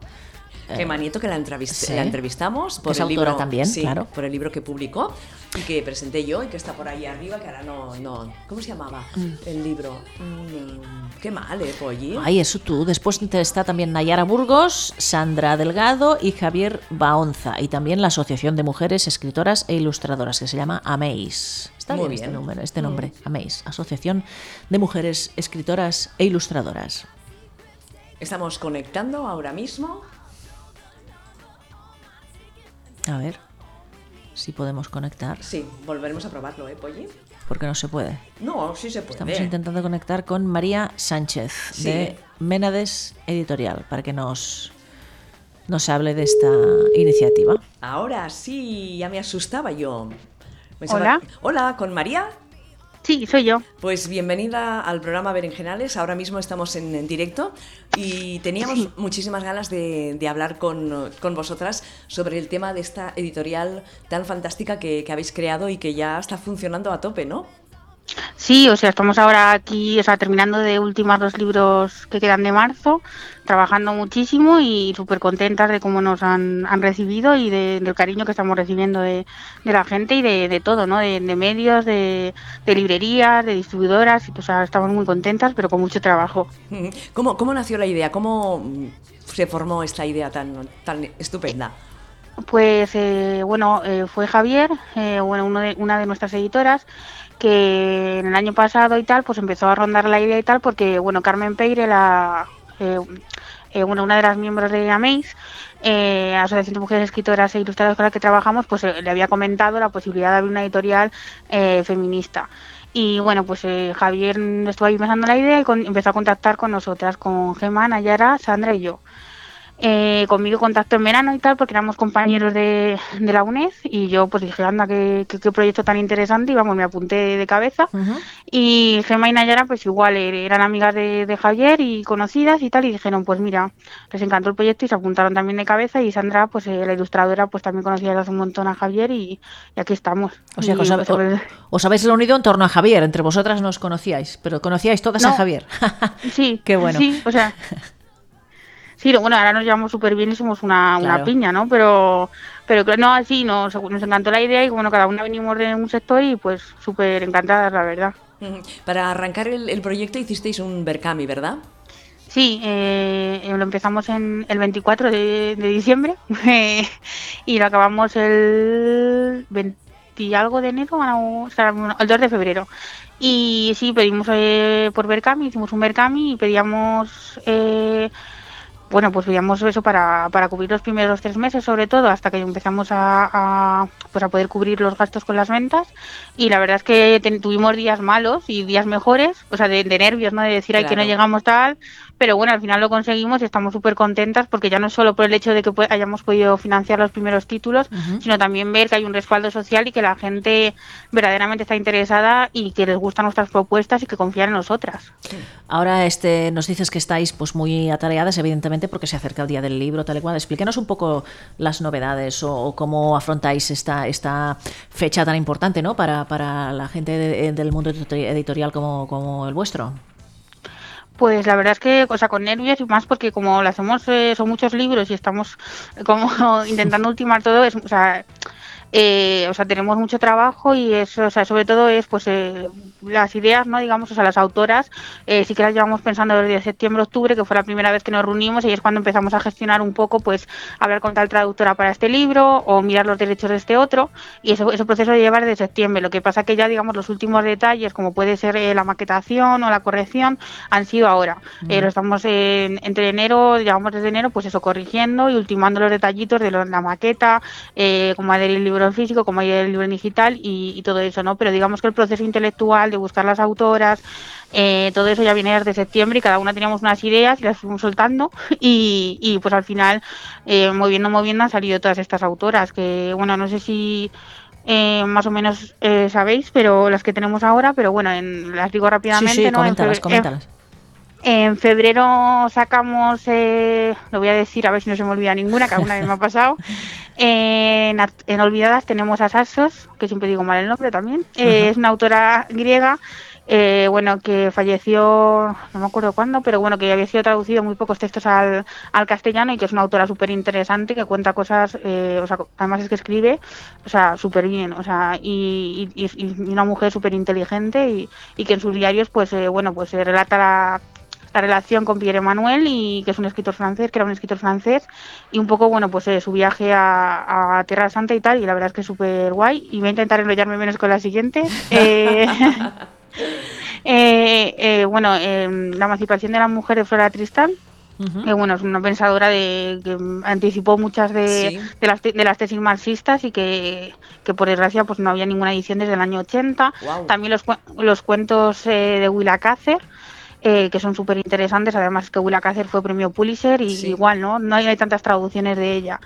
S1: Gemma Nieto, que la, entrevist-
S2: eh, sí.
S1: la entrevistamos por
S2: es
S1: el
S2: autora
S1: libro
S2: también,
S1: sí,
S2: claro.
S1: por el libro que publicó y que presenté yo y que está por ahí arriba, que ahora no, no ¿cómo se llamaba el libro? Mm, qué mal, eh, Polly.
S2: Ay, eso tú. Después te- está también Nayara Burgos, Sandra Delgado y Javier Baonza. Y también la Asociación de Mujeres Escritoras e Ilustradoras, que se llama AMEIS. Está
S1: Muy
S2: bien, este
S1: bien.
S2: nombre, este nombre AMEIS, Asociación de Mujeres Escritoras e Ilustradoras.
S1: Estamos conectando ahora mismo.
S2: A ver si podemos conectar,
S1: Sí, volveremos a probarlo, ¿eh, Polly?
S2: porque no se puede.
S1: No, sí se puede.
S2: Estamos intentando conectar con María Sánchez,
S1: Sí.
S2: de Ménades Editorial, para que nos, nos hable de esta iniciativa.
S1: Ahora sí, ya me asustaba yo. Pensaba-
S3: Hola.
S1: Hola, ¿con María?
S3: Sí, soy yo.
S1: Pues bienvenida al programa Berenjenales. Ahora mismo estamos en, en directo y teníamos muchísimas ganas de, de hablar con, eh, con vosotras sobre el tema de esta editorial tan fantástica que, que habéis creado y que ya está funcionando a tope, ¿no? [LAUGHS]
S3: Sí, o sea, estamos ahora aquí, o sea, terminando de ultimar los libros que quedan de marzo, trabajando muchísimo y súper contentas de cómo nos han, han recibido y de- del cariño que estamos recibiendo de, de la gente y de, de todo, ¿no? De, de medios, de, de librerías, de distribuidoras, y, pues, o sea, estamos muy contentas, pero con mucho trabajo.
S1: ¿Cómo, cómo nació la idea? ¿Cómo mm, se formó esta idea tan, tan estupenda? [LAUGHS]
S3: Pues eh, bueno, eh, fue Javier, eh, bueno, uno de- una de nuestras editoras, que en el año pasado y tal, pues empezó a rondar la idea y tal, porque bueno, Carmen Peire, la, eh, eh, bueno, una de las miembros de AMEIS, eh, Asociación de Mujeres Escritoras e Ilustradoras con la que trabajamos, pues eh, le había comentado la posibilidad de abrir una editorial eh, feminista. Y bueno, pues eh, Javier estuvo ahí pensando la idea y con- empezó a contactar con nosotras, con Gemma, Nayara, Sandra y yo. Eh, conmigo contacto en verano y tal, porque éramos compañeros de, de la UNED y yo pues dije, anda, qué, qué- qué proyecto tan interesante y vamos, me apunté de cabeza.
S2: Ujú.
S3: Y Gemma y Nayara pues igual eh, eran amigas de, de Javier y conocidas y tal y dijeron, pues mira, les encantó el proyecto y se apuntaron también de cabeza y Sandra, pues eh, la ilustradora, pues también conocía desde hace un montón a Javier y, y aquí estamos.
S2: O sea,
S3: Y,
S2: que os,
S3: pues,
S2: habe-
S3: pues,
S2: o- os habéis reunido en torno a Javier, entre vosotras no os conocíais, pero conocíais todas a
S3: No.
S2: Javier. [LAUGHS]
S3: Sí,
S2: Qué bueno.
S3: Sí,
S2: [LAUGHS]
S3: o sea. Sí, bueno, ahora nos llevamos súper bien y somos una, una
S2: Claro.
S3: piña, ¿no? Pero, pero cl- no, así nos, nos encantó la idea y bueno, cada una venimos de un sector y pues súper encantadas, la verdad.
S1: Ujú. Para arrancar el, el proyecto hicisteis un Berkami, ¿verdad?
S3: Sí, eh, eh, lo empezamos en el 24 de, de diciembre [LAUGHS] eh, y lo acabamos el 20 y algo de enero, ahora, o sea, bueno, el 2 de febrero. Y sí, pedimos eh, por Berkami, hicimos un Berkami y pedíamos, eh, bueno, pues pedíamos eso para, para cubrir los primeros tres meses sobre todo, hasta que empezamos a, a, pues a poder cubrir los gastos con las ventas. Y la verdad es que ten- tuvimos días malos y días mejores, o sea, de, de nervios, ¿no? De decir, ay, que no
S1: Claro.
S3: llegamos tal, pero bueno, al final lo conseguimos y estamos súper contentas porque ya no es solo por el hecho de que pue- hayamos podido financiar los primeros títulos,
S2: Ujú.
S3: sino también ver que hay un respaldo social y que la gente verdaderamente está interesada y que les gustan nuestras propuestas y que confían en nosotras.
S2: Ahora este, nos dices que estáis pues muy atareadas, evidentemente, porque se acerca el día del libro, tal y cual. Explíquenos un poco las novedades o, o cómo afrontáis esta, esta fecha tan importante ¿no? para, para la gente de- del mundo editori- editorial como, como el vuestro.
S3: Pues la verdad es que, o sea, con nervios y más porque como lo hacemos, eh, son muchos libros y estamos [LAUGHS] eh, como [LAUGHS] intentando ultimar todo, es, o sea, eh, o sea, tenemos mucho trabajo y eso, o sea, sobre todo es, pues, eh, las ideas, ¿no? Digamos, o sea, las autoras, eh, sí que las llevamos pensando desde septiembre, octubre, que fue la primera vez que nos reunimos y ahí es cuando empezamos a gestionar un poco, pues, hablar con tal traductora para este libro o mirar los derechos de este otro y eso, ese proceso lleva desde septiembre. Lo que pasa que ya, digamos, los últimos detalles, como puede ser eh, la maquetación o la corrección, han sido ahora. Eh, lo estamos en- entre enero, llevamos desde enero, pues eso, corrigiendo y ultimando los detallitos de lo- la maqueta, eh, como hay el libro en físico, como hay el libro en digital y, y todo eso, ¿no? Pero digamos que el proceso intelectual de buscar las autoras, eh, todo eso ya viene desde septiembre y cada una teníamos unas ideas y las fuimos soltando [LAUGHS] y, y, pues al final, eh, moviendo, moviendo, han salido todas estas autoras que, bueno, no sé si eh, más o menos eh, sabéis, pero las que tenemos ahora, pero bueno, en, las digo rápidamente.
S2: sí, sí,
S3: ¿no? En
S2: coméntalas,
S3: febre-
S2: coméntalas.
S3: En febrero sacamos, eh, lo voy a decir a ver si no se me olvida ninguna, que alguna vez me ha pasado. En, At- en Olvidadas tenemos a Sassos, que siempre digo mal el nombre también. Eh,
S2: Ajá.
S3: Es una autora griega, eh, bueno, que falleció, no me acuerdo cuándo, pero bueno, que había sido traducido muy pocos textos al, al castellano y que es una autora súper interesante, que cuenta cosas, eh, o sea, además es que escribe, o sea, súper bien, o sea, y, y- y- y una mujer súper inteligente y, y que en sus diarios, pues, eh, bueno, pues se relata la la relación con Pierre Emmanuel y que es un escritor francés, que era un escritor francés, y un poco, bueno, pues eh, su viaje a, a Tierra Santa y tal, y la verdad es que es súper guay, y voy a intentar enrollarme menos con la siguiente. Eh, eh, eh, bueno, em, La emancipación de la mujer de Flora Tristán,
S2: Ujú.
S3: que bueno, es una pensadora de, que mm, anticipó muchas de,
S1: Sí.
S3: de, las, te- de las tesis marxistas y que, que por desgracia pues no había ninguna edición desde el año 80.
S1: Guau.
S3: También los, cuen- los cuentos eh, de Willa Cácer, eh, que son súper interesantes. Además, que Willa Cácer fue premio Pulitzer y
S1: Sí.
S3: igual, ¿no? No hay, hay tantas traducciones de ella.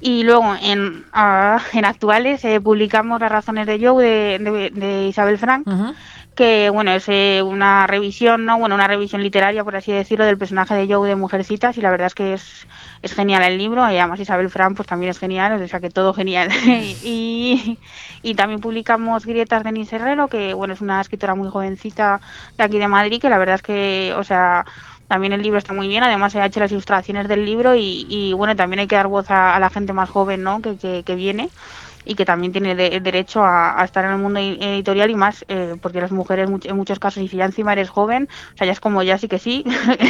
S3: Y luego, en, ah, [LAUGHS] en actuales, eh, publicamos Las razones de Joe de, de- de Isabel Frank
S2: Ujú.
S3: que bueno es eh, una revisión no bueno una revisión literaria por así decirlo del personaje de Joe de Mujercitas y la verdad es que es, es genial el libro y además Isabel Fran pues también es genial o sea que todo genial [LAUGHS] y, y también publicamos Grietas de Nis Herrero que bueno es una escritora muy jovencita de aquí de Madrid que la verdad es que o sea también el libro está muy bien, además he hecho las ilustraciones del libro y, y, bueno, también hay que dar voz a, a la gente más joven ¿no? que, que, que viene y que también tiene de- el derecho a, a estar en el mundo e- editorial y más eh, porque las mujeres much- en muchos casos y si ya encima eres joven, o sea, ya es como ya sí que sí, [LAUGHS]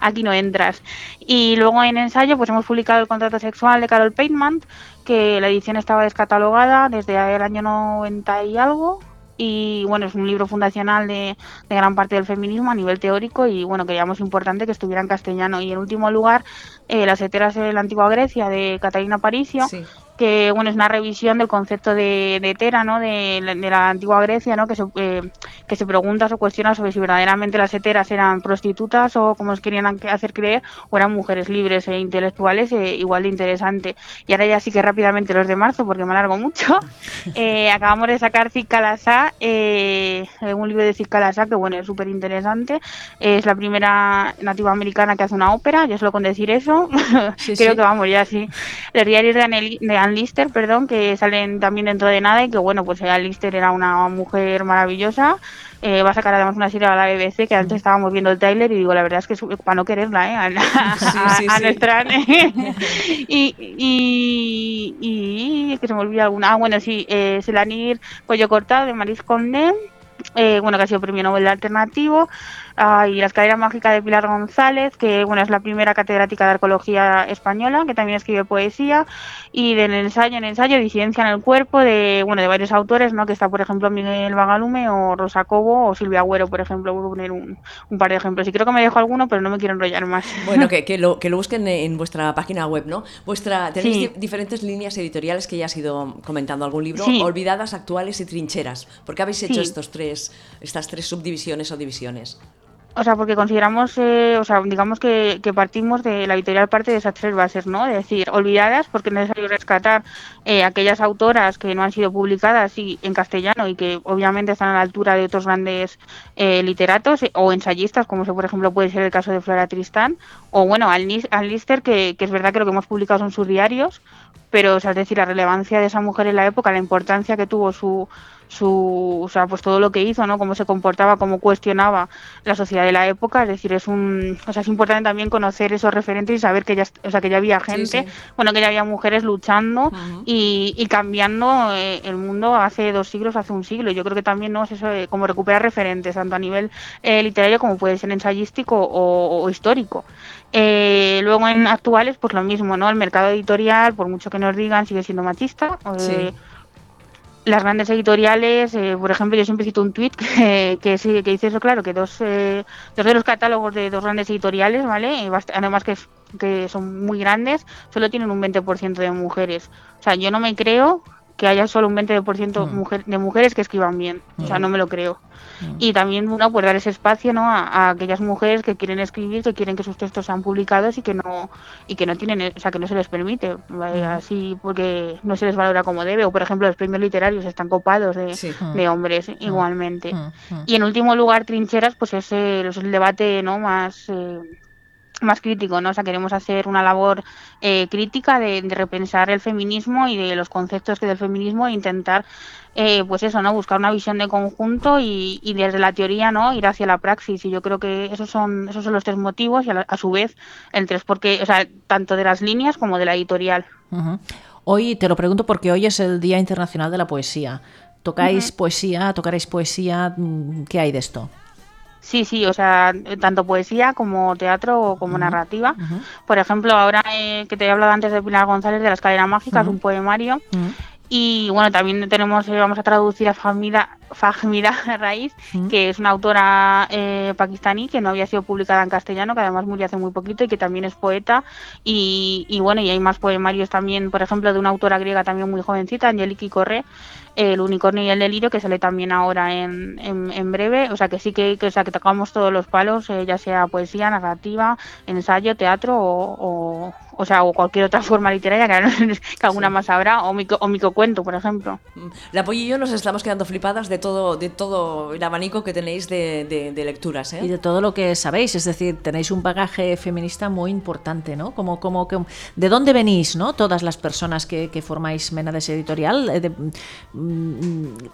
S3: aquí no entras. Y luego en ensayo pues hemos publicado el contrato sexual de Carol Paintman, que la edición estaba descatalogada desde el año 90 y algo. Y bueno, es un libro fundacional de, de gran parte del feminismo a nivel teórico y bueno, creíamos importante que estuviera en castellano. Y en último lugar, eh, Las heteras en la antigua Grecia de Catalina Paricio,
S1: Sí.
S3: que bueno es una revisión del concepto de, de hetera no de, la- de la antigua Grecia no que se eh, que se pregunta o cuestiona sobre si verdaderamente las heteras eran prostitutas o como os querían que- hacer creer o eran mujeres libres e intelectuales eh, igual de interesante y ahora ya sí que rápidamente los de marzo porque me alargo mucho eh, acabamos de sacar Cicalasá eh, un libro de Cicalasá que bueno es súper interesante es la primera nativa americana que hace una ópera yo solo con decir eso
S2: Sí,
S3: creo
S2: sí.
S3: que vamos ya sí los diarios de, Anne- de Anne Lister, perdón, que salen también dentro de nada y que bueno, pues Anne Lister era una mujer maravillosa. Eh, va a sacar además una serie a la BBC que
S2: Mm.
S3: antes estábamos viendo el trailer y digo, la verdad es que es para no quererla, ¿eh? A, a,
S1: Sí, sí,
S3: a- a
S1: sí. [LAUGHS]
S3: nuestra Anne. y, y, y- que se me olvida alguna. Ah, bueno, sí, eh, Selanir Cuello Cortado de Maris Condé. eh, bueno, que ha sido premio Nobel alternativo, Ah, y la escalera mágica de Pilar González, que bueno, es la primera catedrática de arqueología española, que también escribe poesía, y del ensayo en ensayo, disidencia en el cuerpo, de bueno, de varios autores, ¿no? Que está, por ejemplo, Miguel Bagalume o Rosa Cobo o Silvia Agüero, por ejemplo, voy a poner un, un par de ejemplos. Y creo que me dejo alguno, pero no me quiero enrollar más.
S1: Bueno, que, que lo, que lo busquen en vuestra página web, ¿no? Vuestra, tenéis
S3: Sí.
S1: di- diferentes líneas editoriales que ya has ido comentando algún libro,
S3: Sí.
S1: olvidadas, actuales y trincheras. ¿Por qué habéis hecho
S3: Sí.
S1: estos tres, estas tres subdivisiones o divisiones?
S3: O sea, porque consideramos, eh, o sea, digamos que, que partimos de la editorial parte de esas tres bases, ¿no? Es decir, olvidadas porque es necesario rescatar eh, aquellas autoras que no han sido publicadas y, en castellano y que obviamente están a la altura de otros grandes eh, literatos eh, o ensayistas, como se- por ejemplo puede ser el caso de Flora Tristán, o bueno, Anne Lis- Anne Lister, que, que es verdad que lo que hemos publicado son sus diarios, pero, o sea, es decir, la relevancia de esa mujer en la época, la importancia que tuvo su su, o sea, pues todo lo que hizo, ¿no? Cómo se comportaba, cómo cuestionaba la sociedad de la época, es decir, es un, o sea, es importante también conocer esos referentes y saber que ya, est- o sea, que ya había
S1: Sí,
S3: gente,
S1: sí.
S3: bueno, que ya había mujeres luchando
S1: Ujú.
S3: y, y cambiando eh, el mundo hace dos siglos, hace un siglo. Yo creo que también no es eso, de como recuperar referentes, tanto a nivel eh, literario como puede ser ensayístico o, o histórico. Eh, luego en actuales, pues lo mismo, ¿no? El mercado editorial, por mucho que nos digan, sigue siendo machista. eh,
S1: Sí.
S3: las grandes editoriales, eh, por ejemplo, yo siempre cito un tuit que, que, sí, que dice eso, claro, que dos, eh, dos de los catálogos de dos grandes editoriales, ¿vale? Y bast- Además que, es- que son muy grandes, solo tienen un 20% de mujeres. O sea, yo no me creo que haya solo un 20% mujer- de mujeres que escriban bien. O sea, no me lo creo. Y también, bueno, pues dar ese espacio, ¿no? A, a aquellas mujeres que quieren escribir, que quieren que sus textos sean publicados y que no y que no tienen, o sea, que no se les permite, ¿vale? así porque no se les valora como debe. O por ejemplo, los premios literarios están copados de,
S1: Sí.
S3: de hombres igualmente.
S2: Mm, mm.
S3: Y en último lugar, trincheras, pues es eh, es el debate no más eh, más crítico, ¿no? O sea, queremos hacer una labor eh, crítica de, de repensar el feminismo y de los conceptos que del feminismo e intentar, eh, pues eso, ¿no? Buscar una visión de conjunto y, y desde la teoría, ¿no? Ir hacia la praxis. Y yo creo que esos son esos son los tres motivos y a, la- a su vez el tres porque, o sea, tanto de las líneas como de la editorial.
S2: Ujú. Hoy te lo pregunto porque hoy es el Día Internacional de la Poesía. ¿Tocáis poesía? ¿Tocaréis poesía? Mm, ¿Qué hay de esto?
S3: Sí, sí, o sea, eh, tanto poesía como teatro o como narrativa. Por ejemplo, ahora eh, que te he hablado antes de Pilar González de La Escalera Mágica, es un poemario.
S2: Mm.
S3: Y bueno, también tenemos, eh, vamos a traducir a Fahmida, Fahmida [LAUGHS] Raíz, que es una autora eh, pakistaní que no había sido publicada en castellano, que además murió hace muy poquito y que también es poeta. Y, y bueno, y hay más poemarios también, por ejemplo, de una autora griega también muy jovencita, Angeliki Corré, El unicornio y el delirio, que sale también ahora en, en- en breve. O sea que sí que, que- o sea, que tocamos todos los palos, eh, ya sea poesía, narrativa, ensayo, teatro o, o, o sea, o cualquier otra [LAUGHS] forma literaria que, que alguna más habrá, o, mico, o micocuento, por ejemplo.
S1: Mm, La Polly y yo nos estamos quedando flipadas de todo, de todo el abanico que tenéis de, de- de lecturas, ¿eh?
S2: Y de todo lo que sabéis, es decir, tenéis un bagaje feminista muy importante, ¿no? Como, como, que- ¿De dónde venís, ¿no? Todas las personas que, que formáis Menades Editorial. eh, de- mm,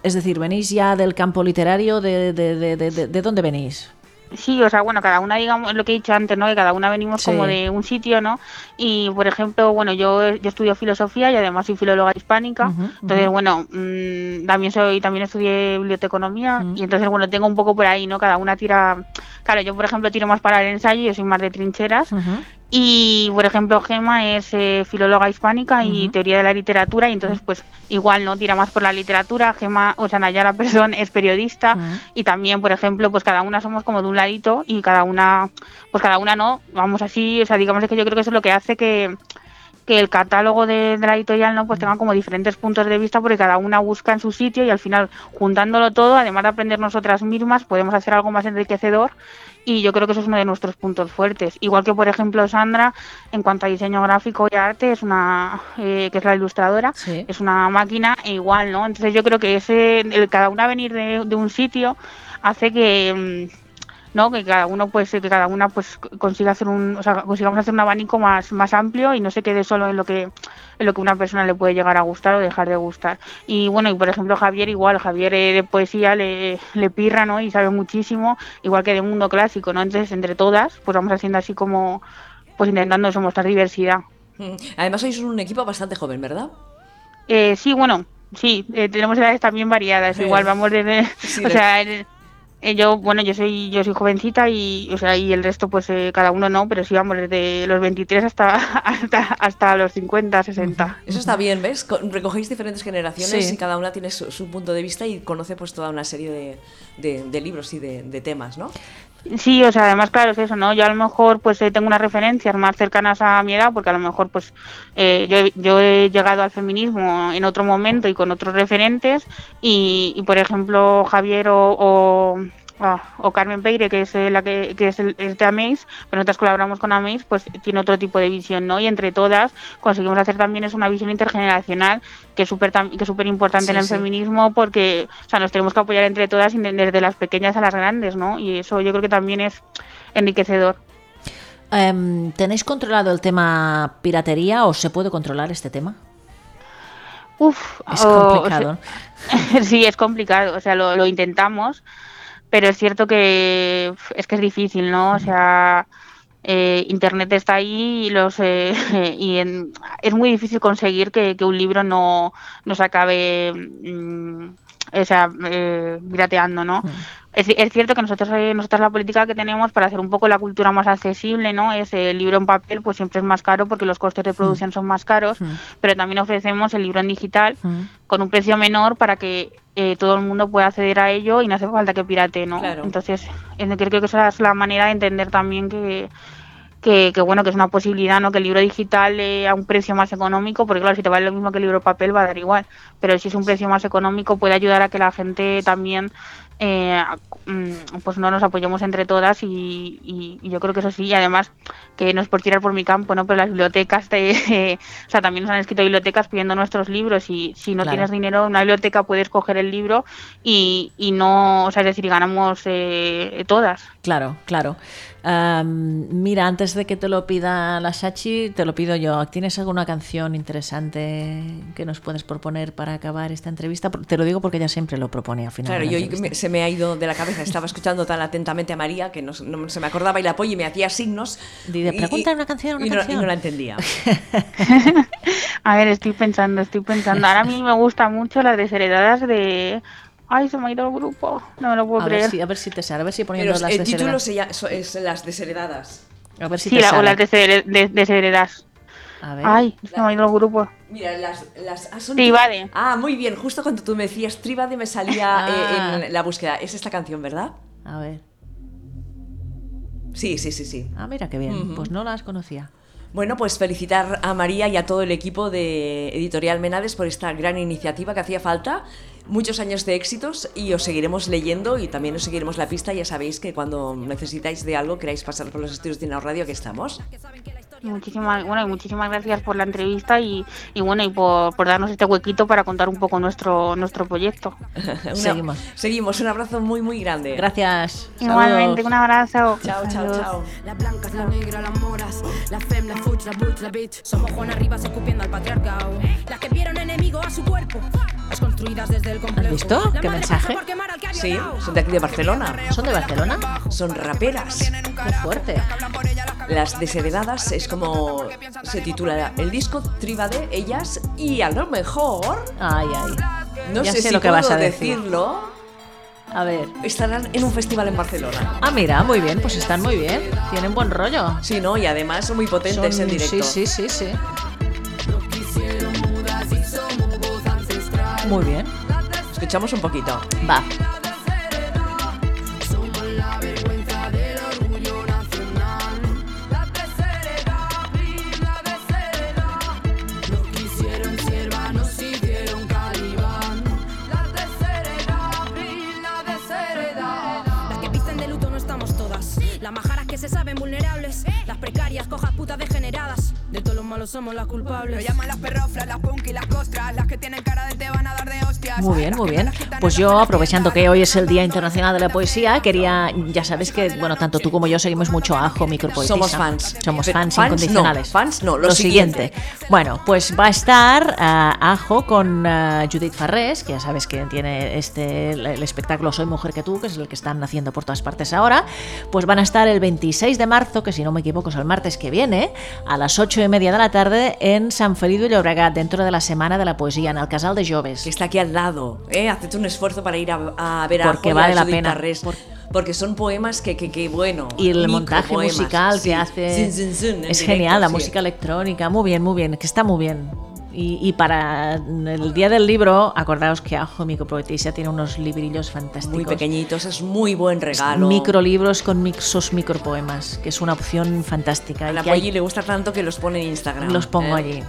S2: es decir, ¿venís ya del campo literario? ¿De, de, de- de- de- de dónde venís?
S3: Sí, o sea, bueno, cada una, digamos, es lo que he dicho antes, ¿no? Que cada una venimos
S2: Sí.
S3: como de un sitio, ¿no? Y, por ejemplo, bueno, yo, yo estudio filosofía y además soy filóloga hispánica.
S2: Ujú, ujú.
S3: Entonces, bueno, mm, también soy, también estudié biblioteconomía y entonces, bueno, tengo un poco por ahí, ¿no? Cada una tira... Claro, yo, por ejemplo, tiro más para el ensayo, yo soy más de trincheras.
S2: Ujú.
S3: Y, por ejemplo, Gema es eh, filóloga hispánica y teoría de la literatura, y entonces, pues, igual, ¿no? Tira más por la literatura. Gema, o sea, Nayara, [LAUGHS] perdón, es periodista.
S2: Ujú.
S3: Y también, por ejemplo, pues cada una somos como de un ladito y cada una, pues cada una no, vamos así, o sea, digamos es que yo creo que eso es lo que hace que, que el catálogo de, de la editorial, ¿no? Pues tenga como diferentes puntos de vista porque cada una busca en su sitio y al final, juntándolo todo, además de aprender nosotras mismas, podemos hacer algo más enriquecedor y yo creo que eso es uno de nuestros puntos fuertes. Igual que, por ejemplo, Sandra, en cuanto a diseño gráfico y arte, es una eh, que es la ilustradora,
S2: Sí.
S3: es una máquina e igual, ¿no? Entonces yo creo que ese, el cada una venir de, de un sitio hace que mm, no que cada uno pues que cada una pues consiga hacer un o sea, consigamos hacer un abanico más más amplio y no se quede solo en lo que en lo que una persona le puede llegar a gustar o dejar de gustar y bueno y por ejemplo Javier igual Javier eh, de poesía le, le pirra no y sabe muchísimo igual que de mundo clásico no entonces entre todas pues vamos haciendo así como pues intentando eso, mostrar diversidad
S1: Mm. Además sois un equipo bastante joven, ¿verdad?
S3: Eh, sí, bueno, sí, eh, tenemos edades también variadas,
S1: Sí.
S3: igual vamos desde,
S1: Sí,
S3: o
S1: de-
S3: sea, el- eh, yo, bueno, yo soy, yo soy jovencita y, o sea, y el resto, pues, eh, cada uno no, pero sí vamos desde los 23 hasta, [LAUGHS] hasta, hasta los 50, 60.
S1: Eso está bien, ¿ves? Co- Recogéis diferentes generaciones
S2: Sí.
S1: y cada una tiene su, su punto de vista y conoce pues toda una serie de, de- de libros y de, de temas, ¿no?
S3: Sí, o sea, además, claro, es eso, ¿no? Yo a lo mejor, pues, eh, tengo unas referencias más cercanas a mi edad, porque a lo mejor, pues, eh, yo, he- yo he llegado al feminismo en otro momento y con otros referentes, y, y, por ejemplo, Javier o, o, ah, o Carmen Peire, que es eh, la que, que es, el, es de Amaze, pero nosotras colaboramos con Amaze, pues, tiene otro tipo de visión, ¿no? Y entre todas conseguimos hacer también es una visión intergeneracional, que es súper tam- que es súper importante
S2: Sí,
S3: en el
S2: sí.
S3: feminismo feminismo porque o sea, nos tenemos que apoyar entre todas, y de- desde las pequeñas a las grandes, ¿no? Y eso yo creo que también es enriquecedor.
S2: Em, ¿Tenéis controlado el tema piratería o se puede controlar este tema?
S3: Uf, oh,
S2: Es
S3: o- o
S2: complicado. ¿no?
S3: sea- [LAUGHS] sí, es complicado, o sea, lo, lo intentamos, pero es cierto que uf, es que es difícil, ¿no? O sea, eh, Internet está ahí y, los, eh, [LAUGHS] y en- es muy difícil conseguir que, que un libro no, no se acabe mm, o sea, eh, pirateando, ¿no? Es, es cierto que nosotros, eh, nosotros la política que tenemos para hacer un poco la cultura más accesible, ¿no? Es el libro en papel, pues siempre es más caro porque los costes de producción son más caros, pero también ofrecemos el libro en digital
S2: Mm.
S3: con un precio menor para que eh, todo el mundo pueda acceder a ello y no hace falta que pirate, ¿no?
S1: Claro.
S3: Entonces, eh, creo que esa es la manera de entender también que, que, que, bueno, que es una posibilidad, ¿no? Que el libro digital eh, a un precio más económico, porque claro, si te vale lo mismo que el libro papel va a dar igual, pero si es un precio más económico puede ayudar a que la gente también eh, pues no nos apoyemos entre todas y, y, y, yo creo que eso sí, y además que no es por tirar por mi campo, ¿no? Pero las bibliotecas, te, [LAUGHS] eh, o sea, también nos han escrito bibliotecas pidiendo nuestros libros y si no claro. tienes dinero en una biblioteca puedes coger el libro y, y no, o sea, es decir, ganamos eh, todas.
S2: Claro, claro. Um, mira, antes de que te lo pida la Sachi, te lo pido yo. ¿Tienes alguna canción interesante que nos puedes proponer para acabar esta entrevista? Te lo digo porque ella siempre lo propone al final.
S1: Claro, yo me, se me ha ido de la cabeza. Estaba escuchando tan atentamente a María que no, no se me acordaba y la apoyo y me hacía signos.
S2: Dile, pregunta una canción, una
S1: y no,
S2: canción.
S1: Y no la entendía.
S3: a ver, estoy pensando, estoy pensando. Ahora a mí me gusta mucho las desheredadas de Ay, se me ha ido el grupo. No me lo puedo
S2: a
S3: creer.
S2: Ver si, a ver si te sale, a ver si [LAUGHS] poniendo
S1: Pero
S2: las
S1: El título se llama, so, es Las desheredadas.
S2: A ver si
S3: sí,
S2: te
S3: la,
S2: sale.
S3: o las deshered de, desheredadas.
S2: A ver.
S3: Ay, se me ha ido el grupo.
S1: Mira, las... las ah, son
S3: Tribade.
S1: Ah, muy bien. Justo cuando tú me decías Tribade me salía ah. eh, en la búsqueda. Es esta canción, ¿verdad?
S2: A ver.
S1: Sí, sí, sí, sí.
S2: Ah, mira, qué bien. Uh -huh. Pues no las conocía.
S1: Bueno, pues felicitar a María y a todo el equipo de Editorial Menades por esta gran iniciativa que hacía falta. Muchos años de éxitos y os seguiremos leyendo y también os seguiremos la pista. Ya sabéis que cuando necesitáis de algo queráis pasar por los estudios de Inao Radio, que estamos. [LAUGHS]
S3: Muchísimas, bueno, y muchísimas gracias por la entrevista y, y bueno y por, por, darnos este huequito para contar un poco nuestro nuestro proyecto.
S1: Una, seguimos. Seguimos, un abrazo muy muy grande.
S2: Gracias.
S3: Igualmente, Saludos. un abrazo.
S1: Chao, chao, chao.
S4: Las blancas, las negras, las moras, las fem, las fuch, las butch, las bitch. Somos Juan Arribas escupiendo al patriarcado. Las que vieron enemigo a su cuerpo. Las construidas desde el complejo.
S2: ¿Has visto? ¿Qué mensaje?
S1: Sí, son de aquí de Barcelona.
S2: ¿Son de Barcelona?
S1: Son raperas.
S2: Qué fuerte.
S1: Las desheredadas es como se titula el disco Triba de ellas y a lo mejor
S2: ay ay
S1: no sé, sé, si lo que puedo vas a decirlo decir.
S2: a ver
S1: estarán en un festival en Barcelona
S2: ah mira muy bien pues están muy bien tienen buen rollo
S1: sí no y además son muy potentes son, en directo
S2: sí sí sí sí muy bien
S1: escuchamos un poquito
S2: va
S4: se saben vulnerables. Las precarias, cojas putas degeneradas. De todos los malos somos las culpables.
S5: Lo llaman las perroflas, las punk y las costras. Las que tienen cara de te van a dar de hostias.
S2: Muy bien, muy bien. Pues yo, aprovechando que hoy es el Día Internacional de la Poesía, quería. Ya sabes que, bueno, tanto tú como yo seguimos mucho a Ajo Micropoetisa.
S1: Somos fans.
S2: Somos
S1: Pero
S2: fans,
S1: fans
S2: incondicionales.
S1: No, fans no, lo,
S2: lo siguiente. siguiente. Bueno, pues va a estar uh, Ajo con uh, Judith Farrés, que ya sabes que tiene este, el, el espectáculo Soy Mujer que tú, que es el que están haciendo por todas partes ahora. Pues van a estar el 25 de marzo, que si no me equivoco es el martes que viene, a las 8 y media de la tarde en San Felido y Llobregat, dentro de la Semana de la Poesía, en el Casal de Joves.
S1: Que está aquí al lado, ¿eh? Haced un esfuerzo para ir a, a ver
S2: Porque
S1: a
S2: vale la pena.
S1: Por... Porque son poemas que, que, que bueno.
S2: Y el montaje
S1: poemas,
S2: musical
S1: sí.
S2: que hace.
S1: Zin, zin, zin,
S2: es
S1: directo,
S2: genial, la
S1: sí.
S2: música electrónica. Muy bien, muy bien, que está muy bien. Y, y, para el día del libro, acordaos que Ajo Micropoetisa tiene unos librillos fantásticos.
S1: Muy pequeñitos, es muy buen regalo.
S2: Microlibros con mixos micropoemas, que es una opción fantástica.
S1: A la
S2: que hay-
S1: Polly le gusta tanto que los pone en Instagram.
S2: Los pongo
S1: ¿eh?
S2: allí.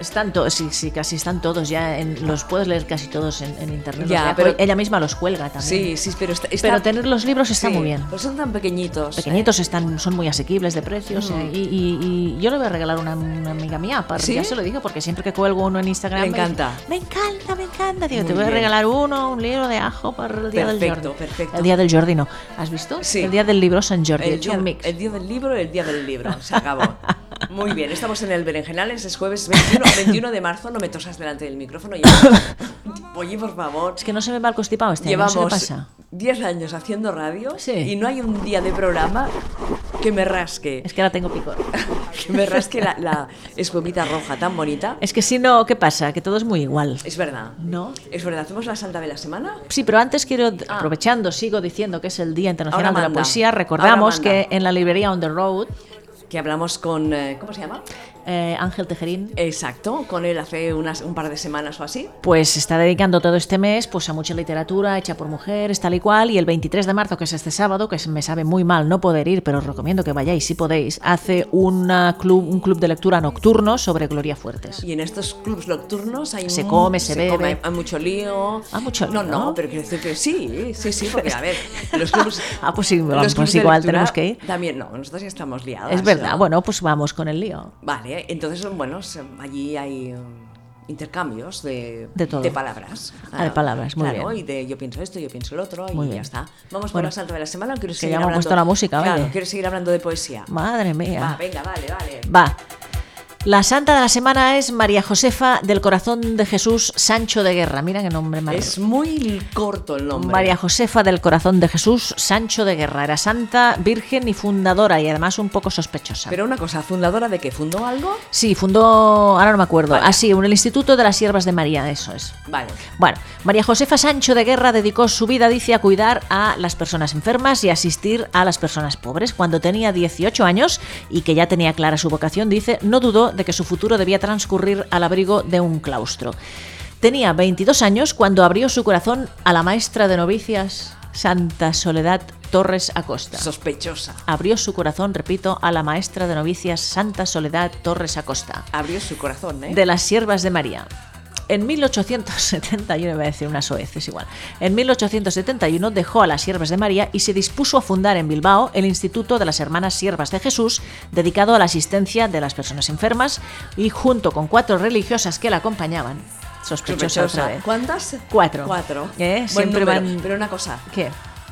S2: Están todos, sí, sí, casi están todos ya. en- los puedes leer casi todos en, en internet.
S1: Ya,
S2: o sea,
S1: pero-
S2: ella misma los cuelga
S1: Sí,
S2: también.
S1: sí, pero está, está-
S2: Pero tener los libros está
S1: sí,
S2: muy bien.
S1: Pues son tan pequeñitos.
S2: Pequeñitos están, son muy asequibles de precios
S1: Mm.
S2: eh, y, y- y yo le voy a regalar una, una amiga mía, para,
S1: ¿Sí?
S2: ya se lo digo, porque siempre que cuelgo uno en Instagram
S1: Le
S2: me dice,
S1: encanta.
S2: me encanta, me encanta, digo,
S1: Muy
S2: te voy
S1: bien.
S2: a regalar uno, un libro de ajo para el día del
S1: Perfecto,
S2: Jordi.
S1: perfecto.
S2: El día del Jordi no, ¿has visto?
S1: Sí.
S2: El día del libro San Jordi, he
S1: El
S2: hecho
S1: día,
S2: un mix.
S1: el día del libro, el día del libro. Se acabó. Muy bien, estamos en el Berenjenales, es jueves 21, 21 de marzo. No me tosas delante del micrófono. ya. Oye, por favor.
S2: Es que no se me va el constipado este, año, no sé qué
S1: Llevamos
S2: pasa.
S1: 10 años haciendo radio
S2: Sí.
S1: y no hay un día de programa que me rasque.
S2: Es que ahora tengo picor.
S1: Que me rasque la, la escobita roja tan bonita.
S2: Es que si no, ¿qué pasa? Que todo es muy igual.
S1: Es verdad.
S2: ¿No?
S1: Es verdad, hacemos la santa de la semana.
S2: Sí, pero antes quiero, aprovechando, sigo diciendo que es el Día Internacional
S1: Ah. Ahora
S2: de la
S1: manda.
S2: Poesía,
S1: Ahora
S2: recordamos
S1: manda.
S2: que en la librería On the Road
S1: que hablamos con. eh, ¿Cómo se llama?
S2: eh, Ángel Tejerín.
S1: Exacto, con él hace unas, un par de semanas o así.
S2: Pues se está dedicando todo este mes pues, a mucha literatura hecha por mujeres, tal y cual. Y el 23 de marzo, que es este sábado, que es- me sabe muy mal no poder ir, pero os recomiendo que vayáis si podéis, hace una club, un club de lectura nocturno sobre Gloria Fuertes.
S1: Y en estos clubs nocturnos hay
S2: Se come, se bebe.
S1: hay- hay mucho lío.
S2: Ah, mucho
S1: No,
S2: lío.
S1: no, pero quiero decir que sí, sí, sí, porque a
S2: [LAUGHS]
S1: ver, los clubs.
S2: Ah, pues sí, vamos,
S1: los clubs de
S2: igual
S1: lectura
S2: tenemos que ir.
S1: También no, nosotros ya estamos liados.
S2: Es verdad, bueno, pues vamos con el lío.
S1: Vale, entonces, bueno, se- allí hay um, intercambios de,
S2: De todo.
S1: palabras.
S2: Ah, de palabras, muy
S1: claro,
S2: bien.
S1: y de yo pienso esto, yo pienso el otro, y
S2: Muy
S1: ya
S2: bien.
S1: está. Vamos con
S2: Bueno,
S1: la salta de la semana, quiero seguir
S2: ya me ha
S1: hablando.
S2: puesto la música,
S1: Claro,
S2: oye.
S1: quiero seguir hablando de poesía.
S2: Madre mía.
S1: Va, venga, vale, vale.
S2: Va. La santa de la semana es María Josefa del Corazón de Jesús Sancho de Guerra. Mira qué nombre más.
S1: Es muy corto el nombre.
S2: María Josefa del Corazón de Jesús Sancho de Guerra. Era santa, virgen y fundadora y además un poco sospechosa.
S1: Pero una cosa, fundadora de que fundó algo.
S2: Sí, fundó, ahora no me acuerdo, así, un el Instituto de las Siervas de María, eso es.
S1: Vale.
S2: Bueno, María Josefa Sancho de Guerra dedicó su vida, dice, a cuidar a las personas enfermas y a asistir a las personas pobres. Cuando tenía 18 años y que ya tenía clara su vocación, dice, no dudó de que su futuro debía transcurrir al abrigo de un claustro. Tenía 22 años cuando abrió su corazón a la maestra de novicias, Santa Soledad Torres Acosta
S1: Sospechosa.
S2: abrió su corazón, repito, a la maestra de novicias Santa Soledad Torres Acosta,
S1: Abrió su corazón, ¿eh?
S2: de las Siervas de María. En 1871, iba a decir una soez, es igual. En 1871 dejó a las Siervas de María y se dispuso a fundar en Bilbao el Instituto de las Hermanas Siervas de Jesús, dedicado a la asistencia de las personas enfermas, y junto con cuatro religiosas que la acompañaban, sospechosa otra vez.
S1: ¿Cuántas?
S2: Cuatro.
S1: ¿eh? Cuatro.
S2: ¿Eh?
S1: Buen
S2: Siempre
S1: número.
S2: van-
S1: Pero una cosa,
S2: ¿Qué?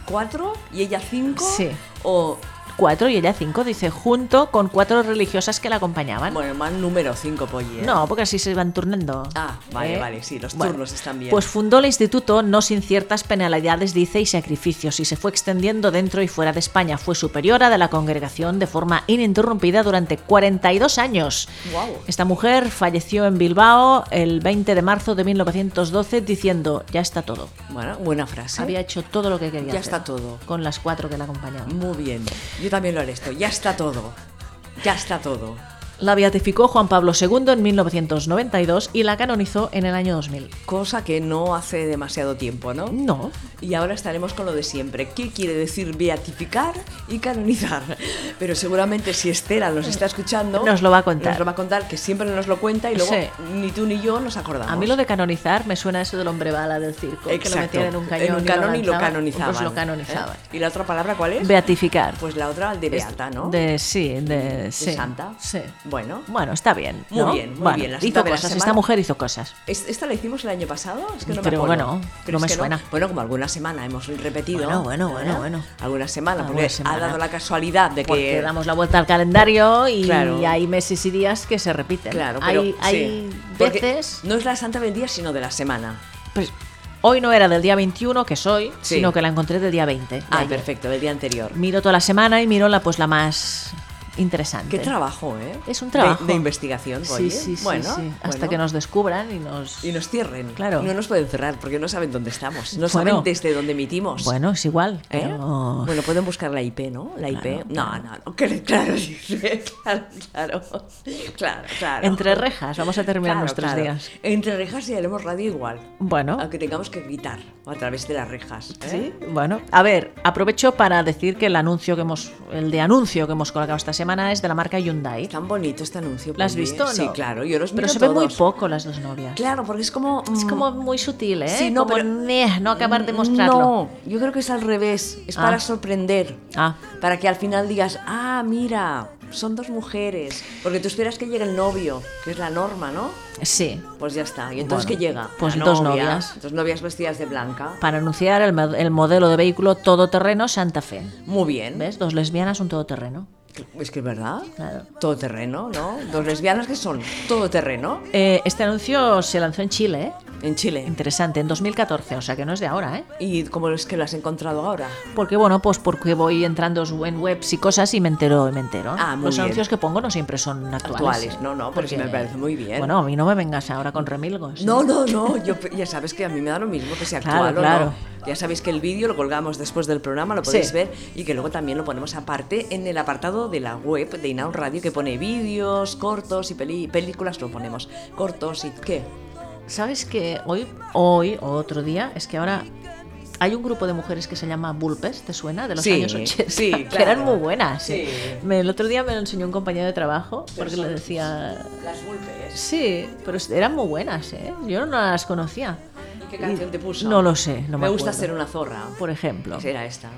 S1: ¿cuatro y ella cinco?
S2: Sí.
S1: O,
S2: Cuatro y ella cinco, dice, junto con cuatro religiosas que la acompañaban.
S1: bueno, mal número cinco, polli. ¿eh?
S2: No, porque así se van turnando.
S1: Ah, vale, vale, sí, los turnos están bien.
S2: ¿Eh? Pues fundó el instituto no sin ciertas penalidades, dice, y sacrificios, y se fue extendiendo dentro y fuera de España. Fue superiora de la congregación de forma ininterrumpida durante 42 años.
S1: Guau.
S2: Esta mujer falleció en Bilbao el 20 de marzo de 1912 diciendo, ya está todo.
S1: Bueno, buena frase.
S2: Había hecho todo lo que quería
S1: Ya
S2: hacer
S1: está todo.
S2: Con las cuatro que la acompañaban.
S1: Muy bien. Yo también lo haré esto. Ya está todo. Ya está todo.
S2: La beatificó Juan Pablo II en 1992 y la canonizó en el año 2000.
S1: Cosa que no hace demasiado tiempo, ¿no?
S2: No,
S1: Y ahora estaremos con lo de siempre. ¿Qué quiere decir beatificar y canonizar? Pero seguramente si Estela nos está escuchando...
S2: Nos lo va a contar.
S1: Nos lo va a contar, que siempre nos lo cuenta y luego
S2: Sí.
S1: ni tú ni yo nos acordamos.
S2: A mí lo de canonizar me suena eso del hombre bala del circo, que lo
S1: Exacto.
S2: metían en un cañón,
S1: canon y lo
S2: lanzaban,
S1: canonizaban.
S2: Pues lo canonizaban.
S1: ¿Eh? ¿Y la otra palabra cuál es?
S2: Beatificar.
S1: pues la otra, de Beata, ¿no?
S2: De sí, de, sí.
S1: santa.
S2: Sí.
S1: Bueno.
S2: Bueno, está bien.
S1: Muy
S2: ¿no?
S1: bien, muy
S2: Bueno,
S1: bien, la santa
S2: hizo
S1: de la
S2: cosas,
S1: semana.
S2: esta mujer hizo cosas.
S1: ¿Es- ¿Esta la hicimos el año pasado? Es que no
S2: Pero
S1: me acuerdo.
S2: bueno,
S1: Pero
S2: no
S1: es
S2: me
S1: que
S2: suena.
S1: Bueno, como alguna semana hemos repetido. ¿Eh?
S2: Bueno, bueno, bueno, bueno.
S1: Alguna semana,
S2: Alguna
S1: porque
S2: semana.
S1: ha dado la casualidad de que...
S2: Porque damos la vuelta al calendario y
S1: Claro.
S2: hay meses y días que se repiten.
S1: Claro, pero
S2: hay,
S1: sí,
S2: hay
S1: porque
S2: veces.
S1: No es la santa del día, sino de la semana.
S2: pues, hoy no era del día 21, que soy,
S1: Sí.
S2: sino que la encontré del día 20. de
S1: Ah,
S2: ayer.
S1: perfecto, del día anterior.
S2: Miro toda la semana y miro la pues la más interesante.
S1: Qué trabajo, ¿eh?
S2: Es un
S1: De-
S2: trabajo.
S1: De, investigación,
S2: Sí,
S1: oye.
S2: sí, sí,
S1: ¿eh? bueno,
S2: sí. Hasta
S1: bueno.
S2: que nos descubran y nos...
S1: Y nos cierren.
S2: Claro.
S1: No nos pueden cerrar porque no saben dónde estamos. No
S2: Bueno.
S1: saben desde dónde emitimos.
S2: Bueno, es igual.
S1: ¿Eh?
S2: pero-
S1: Bueno, pueden buscar la IP, ¿no? La IP.
S2: Claro,
S1: no, no, no, que- Claro, [LAUGHS] claro, claro. Claro, claro.
S2: Entre rejas, vamos a terminar
S1: Claro,
S2: nuestros
S1: claro.
S2: días.
S1: Entre rejas y haremos radio igual.
S2: Bueno,
S1: Aunque tengamos que gritar a través de las rejas. ¿eh?
S2: sí, bueno. A ver, aprovecho para decir que el anuncio que hemos, el de anuncio que hemos colocado esta semana es de la marca Hyundai.
S1: Tan bonito este anuncio.
S2: ¿Lo has
S1: Polly, ¿eh?
S2: visto? o no?
S1: Sí, claro. Yo los
S2: Pero
S1: miro
S2: se ve muy
S1: todos.
S2: poco las dos novias.
S1: Claro, porque es como...
S2: Es
S1: mm,
S2: como muy sutil, ¿eh?
S1: Sí, no,
S2: Como,
S1: pero-
S2: "Neh", no acabar de mostrarlo.
S1: No, yo creo que es al revés. Es
S2: Ah.
S1: para sorprender.
S2: Ah.
S1: Para que al final digas, ah, mira, son dos mujeres. Porque tú esperas que llegue el novio, que es la norma, ¿no?
S2: Sí.
S1: Pues ya está. ¿Y entonces
S2: Bueno,
S1: qué llega?
S2: pues
S1: La
S2: dos
S1: novia,
S2: novias.
S1: Dos novias vestidas de blanca.
S2: Para anunciar el, mo- el modelo de vehículo todoterreno Santa Fe.
S1: Muy bien.
S2: ¿Ves? Dos lesbianas, un todoterreno.
S1: Es que es verdad.
S2: Claro.
S1: Todo terreno, ¿no? Dos lesbianas que son todo terreno.
S2: Eh, este anuncio se lanzó en Chile, ¿eh?
S1: en Chile.
S2: Interesante, en 2014, o sea que no es de ahora, ¿eh?
S1: ¿Y cómo es que lo has encontrado ahora?
S2: Porque bueno, pues porque voy entrando en webs y cosas y me entero y me entero.
S1: Ah, muy
S2: Los
S1: bien.
S2: anuncios que pongo no siempre son actuales.
S1: Actuales, no, no, porque me parece muy bien.
S2: Bueno, a mí no me vengas ahora con remilgos.
S1: No, no, no, yo, pe- ya sabes que a mí me da lo mismo que sea
S2: Claro,
S1: actual o
S2: claro.
S1: no. Ya sabéis que el vídeo lo colgamos después del programa, lo podéis
S2: Sí.
S1: ver y que luego también lo ponemos aparte en el apartado de la web de Inaun Radio que pone vídeos, cortos y peli- películas, lo ponemos. Cortos y qué.
S2: ¿Sabes que hoy, hoy o otro día, es que ahora hay un grupo de mujeres que se llama Bulpes, ¿te suena? De los
S1: Sí,
S2: años 80.
S1: sí,
S2: [LAUGHS] Que eran
S1: claro.
S2: muy buenas.
S1: Sí.
S2: Me- el otro día me lo enseñó un compañero de trabajo porque le decía.
S1: Las vulpes.
S2: Sí, pero eran muy buenas, ¿eh? Yo no las conocía.
S1: ¿Qué canción te puso?
S2: No lo sé, no me,
S1: me gusta
S2: acuerdo.
S1: ser una zorra. pues
S2: Por ejemplo.
S1: Era esta.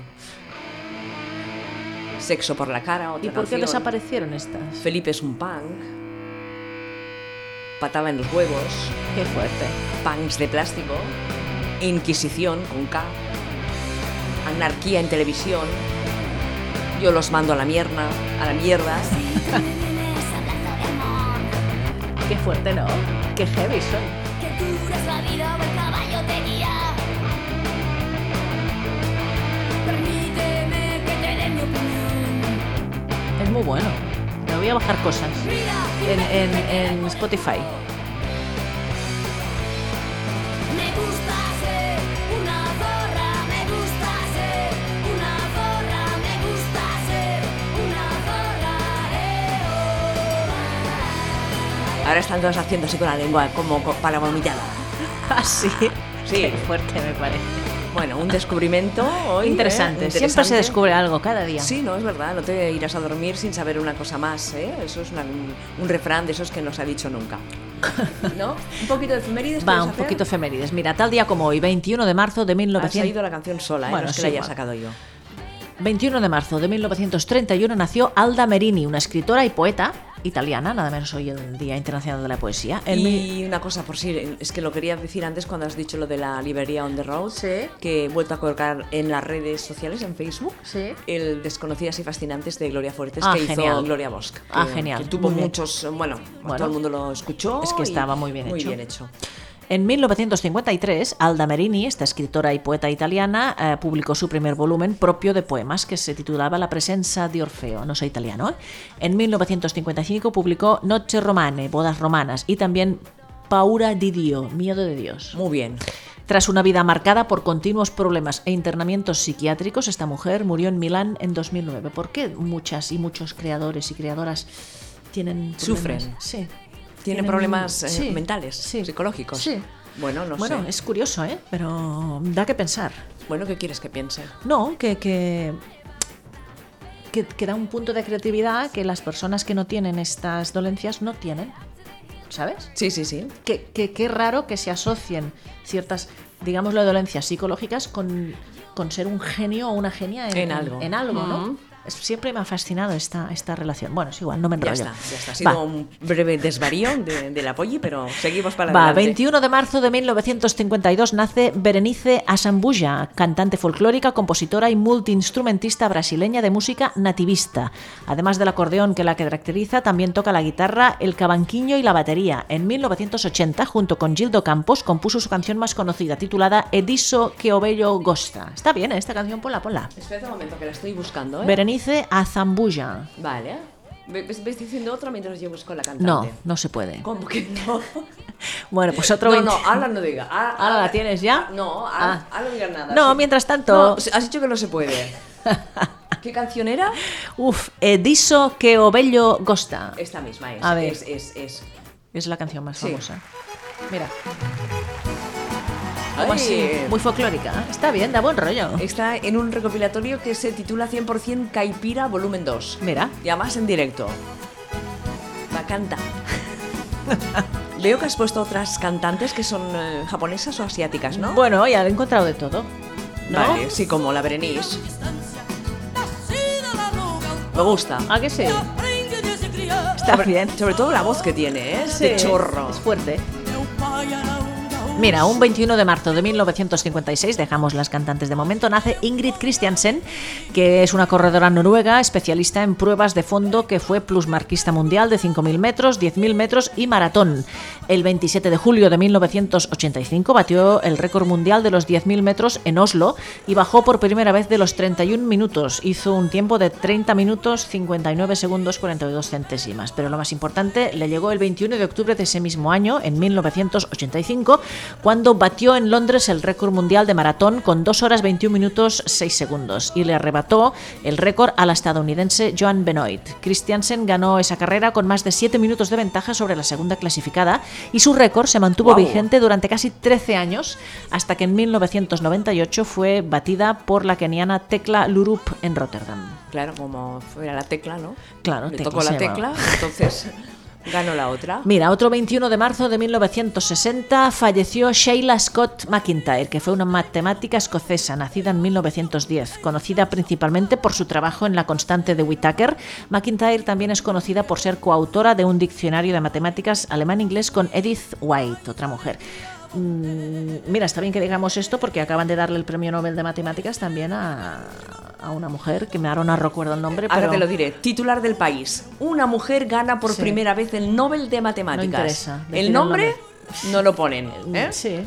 S1: Sexo por la cara, otra
S2: ¿Y por qué
S1: canción.
S2: desaparecieron estas?
S1: Felipe es un punk. Patada en los huevos.
S2: Qué fuerte.
S1: Punks de plástico, Inquisición con K, Anarquía en televisión, Yo los mando a la mierda, a la mierda.
S2: Qué fuerte, ¿no? Qué heavy son.
S6: Que tú eres la vida o el caballo te guía. Permíteme que te dé mi opinión.
S2: Es muy bueno. Me voy a bajar cosas [LAUGHS]
S6: Mira,
S2: en, en, en Spotify.
S6: me gusta ser una zorra, me gusta ser una zorra, me gusta ser una zorra. eh,
S1: Ahora están todas haciendo así con la lengua, como co- para vomitar.
S2: Así.
S1: Sí.
S2: Ah, Qué fuerte me parece.
S1: Bueno, un descubrimiento hoy, ¿eh?
S2: interesante. Siempre se
S1: Interesante.
S2: descubre algo cada día.
S1: Sí, no, es verdad, no te irás a dormir sin saber una cosa más, ¿eh? Eso es una- un, un refrán de esos que no se ha dicho nunca. ¿No? Un poquito de efemérides.
S2: Va,
S1: ¿quieres
S2: un
S1: hacer?
S2: poquito efemérides. Mira, tal día como hoy, 21 de marzo de
S1: Ah, Ha
S2: 1900.
S1: salido la canción sola, ¿eh?
S2: Bueno,
S1: no es que
S2: sí,
S1: la haya
S2: igual.
S1: sacado yo.
S2: 21 de marzo de 1931 nació Alda Merini, una escritora y poeta italiana, nada menos hoy el Día Internacional de la Poesía. En mi-
S1: Y una cosa por si, es que lo quería decir antes cuando has dicho lo de la librería on the road, que he vuelto a colocar en las redes sociales, en Facebook, el Desconocidas y Fascinantes de Gloria Fuertes
S2: Ah,
S1: que
S2: genial.
S1: hizo Gloria Bosch.
S2: Ah,
S1: que-
S2: genial.
S1: que tuvo
S2: Muy bien.
S1: muchos, bueno,
S2: Bueno.
S1: todo el mundo lo escuchó.
S2: Es que
S1: y
S2: estaba muy bien hecho.
S1: Muy bien hecho.
S2: En 1953, Alda Merini, esta escritora y poeta italiana, eh, publicó su primer volumen propio de poemas que se titulaba La presenza di Orfeo. No soy italiano. ¿eh? En 1955 publicó Noche romane, Bodas romanas, y también Paura di Dio, Miedo de Dios.
S1: Muy bien.
S2: Tras una vida marcada por continuos problemas e internamientos psiquiátricos, esta mujer murió en Milán en 2009. ¿Por qué muchas y muchos creadores y creadoras tienen
S1: Sufren.
S2: problemas? Sí.
S1: Tiene problemas eh,
S2: sí,
S1: mentales,
S2: sí,
S1: psicológicos.
S2: sí.
S1: Bueno, no
S2: bueno,
S1: sé.
S2: es curioso, ¿eh? Pero da que pensar.
S1: Bueno, ¿qué quieres que piense?
S2: No, que, que, que, que da un punto de creatividad que las personas que no tienen estas dolencias no tienen, ¿sabes?
S1: Sí, sí, sí.
S2: Que- que- Qué raro que se asocien ciertas, digamos, dolencias psicológicas con, con ser un genio o una genia en,
S1: En algo.
S2: En algo, ¿no?
S1: Ujú.
S2: Es- Siempre me ha fascinado esta, esta relación. Bueno, es igual, no me
S1: Ya
S2: enrollo.
S1: está, ya está. Ha
S2: Va.
S1: sido un breve desvarío de, del apoyo, pero seguimos para
S2: Va,
S1: adelante.
S2: 21 de marzo de 1952 nace Berenice Asambuja, cantante folclórica, compositora y multiinstrumentista brasileña de música nativista. Además del acordeón que la caracteriza, también toca la guitarra, el cabanquiño y la batería. En 1980, junto con Gildo Campos, compuso su canción más conocida, titulada Ediso que Obello Gosta. Está bien, ¿eh? esta canción, ponla, ponla.
S1: Espera un momento, que la estoy buscando, ¿eh?
S2: Berenice Asambuja.
S1: Vale. Ve- ¿Ves, ves diciendo otra mientras yo busco la cantante?
S2: No, no se puede.
S1: ¿Cómo que no?
S2: Bueno, pues [LAUGHS] otro
S1: no,
S2: 20
S1: no, ahora no diga. Ah, Ahora,
S2: ¿Ahora la tienes ya?
S1: No, ahora,
S2: Ah.
S1: ahora no digas nada.
S2: No,
S1: sí.
S2: mientras tanto-
S1: No, has dicho que no se
S2: [LAUGHS]
S1: puede. ¿Qué canción era?
S2: Uf, Ediso que Obello Gosta.
S1: Esta misma es.
S2: A ver.
S1: Es, es, es.
S2: Es la canción más
S1: Eh. Sí.
S2: famosa. Mira,
S1: Ay,
S2: algo así, muy folclórica. Está bien, da buen rollo.
S1: Está en un recopilatorio que se titula 100% Caipira Volumen 2.
S2: Mira,
S1: Y además en directo. La canta. [LAUGHS] Veo que has puesto otras cantantes que son eh, japonesas o asiáticas, ¿no?
S2: bueno, ya he encontrado de todo. ¿No?
S1: Vale, sí, como la Berenice. Me gusta.
S2: ¿A qué sí? Está bien.
S1: Sobre todo la voz que tiene, ¿eh? Es de
S2: Sí,
S1: chorro.
S2: Es fuerte. Mira, un 21 de marzo de 1956, dejamos las cantantes de momento, nace Ingrid Christiansen, que es una corredora noruega especialista en pruebas de fondo que fue plusmarquista mundial de 5.000 metros, 10.000 metros y maratón. El 27 de julio de 1985 batió el récord mundial de los 10.000 metros en Oslo y bajó por primera vez de los 31 minutos. Hizo un tiempo de 30 minutos, 59 segundos, 42 centésimas. Pero lo más importante, le llegó el 21 de octubre de ese mismo año, en 1985, cuando batió en Londres el récord mundial de maratón con 2 horas 21 minutos 6 segundos y le arrebató el récord a la estadounidense Joan Benoit. Christiansen ganó esa carrera con más de 7 minutos de ventaja sobre la segunda clasificada y su récord se mantuvo vigente durante casi 13 años hasta que en 1998 fue batida por la keniana Tekla Lurup en Rotterdam.
S1: Claro, como fuera la tecla, ¿no?
S2: Claro,
S1: Me
S2: tecla
S1: tocó
S2: se
S1: la
S2: llamaba.
S1: tecla, entonces [LAUGHS] gano la otra.
S2: Mira, otro 21 de marzo de 1960 falleció Sheila Scott McIntyre, que fue una matemática escocesa nacida en 1910, conocida principalmente por su trabajo en La constante de Whittaker. McIntyre también es conocida por ser coautora de un diccionario de matemáticas alemán-inglés con Edith White, otra mujer. Mm, Mira, está bien que digamos esto porque acaban de darle el premio Nobel de Matemáticas también a, a una mujer que me ahora no recuerdo el nombre,
S1: Ahora
S2: pero
S1: te lo diré. Titular del país. Una mujer gana por
S2: Sí.
S1: primera vez el Nobel de Matemáticas.
S2: No interesa decir
S1: el
S2: el
S1: nombre
S2: nombre.
S1: no lo ponen. ¿eh?
S2: sí,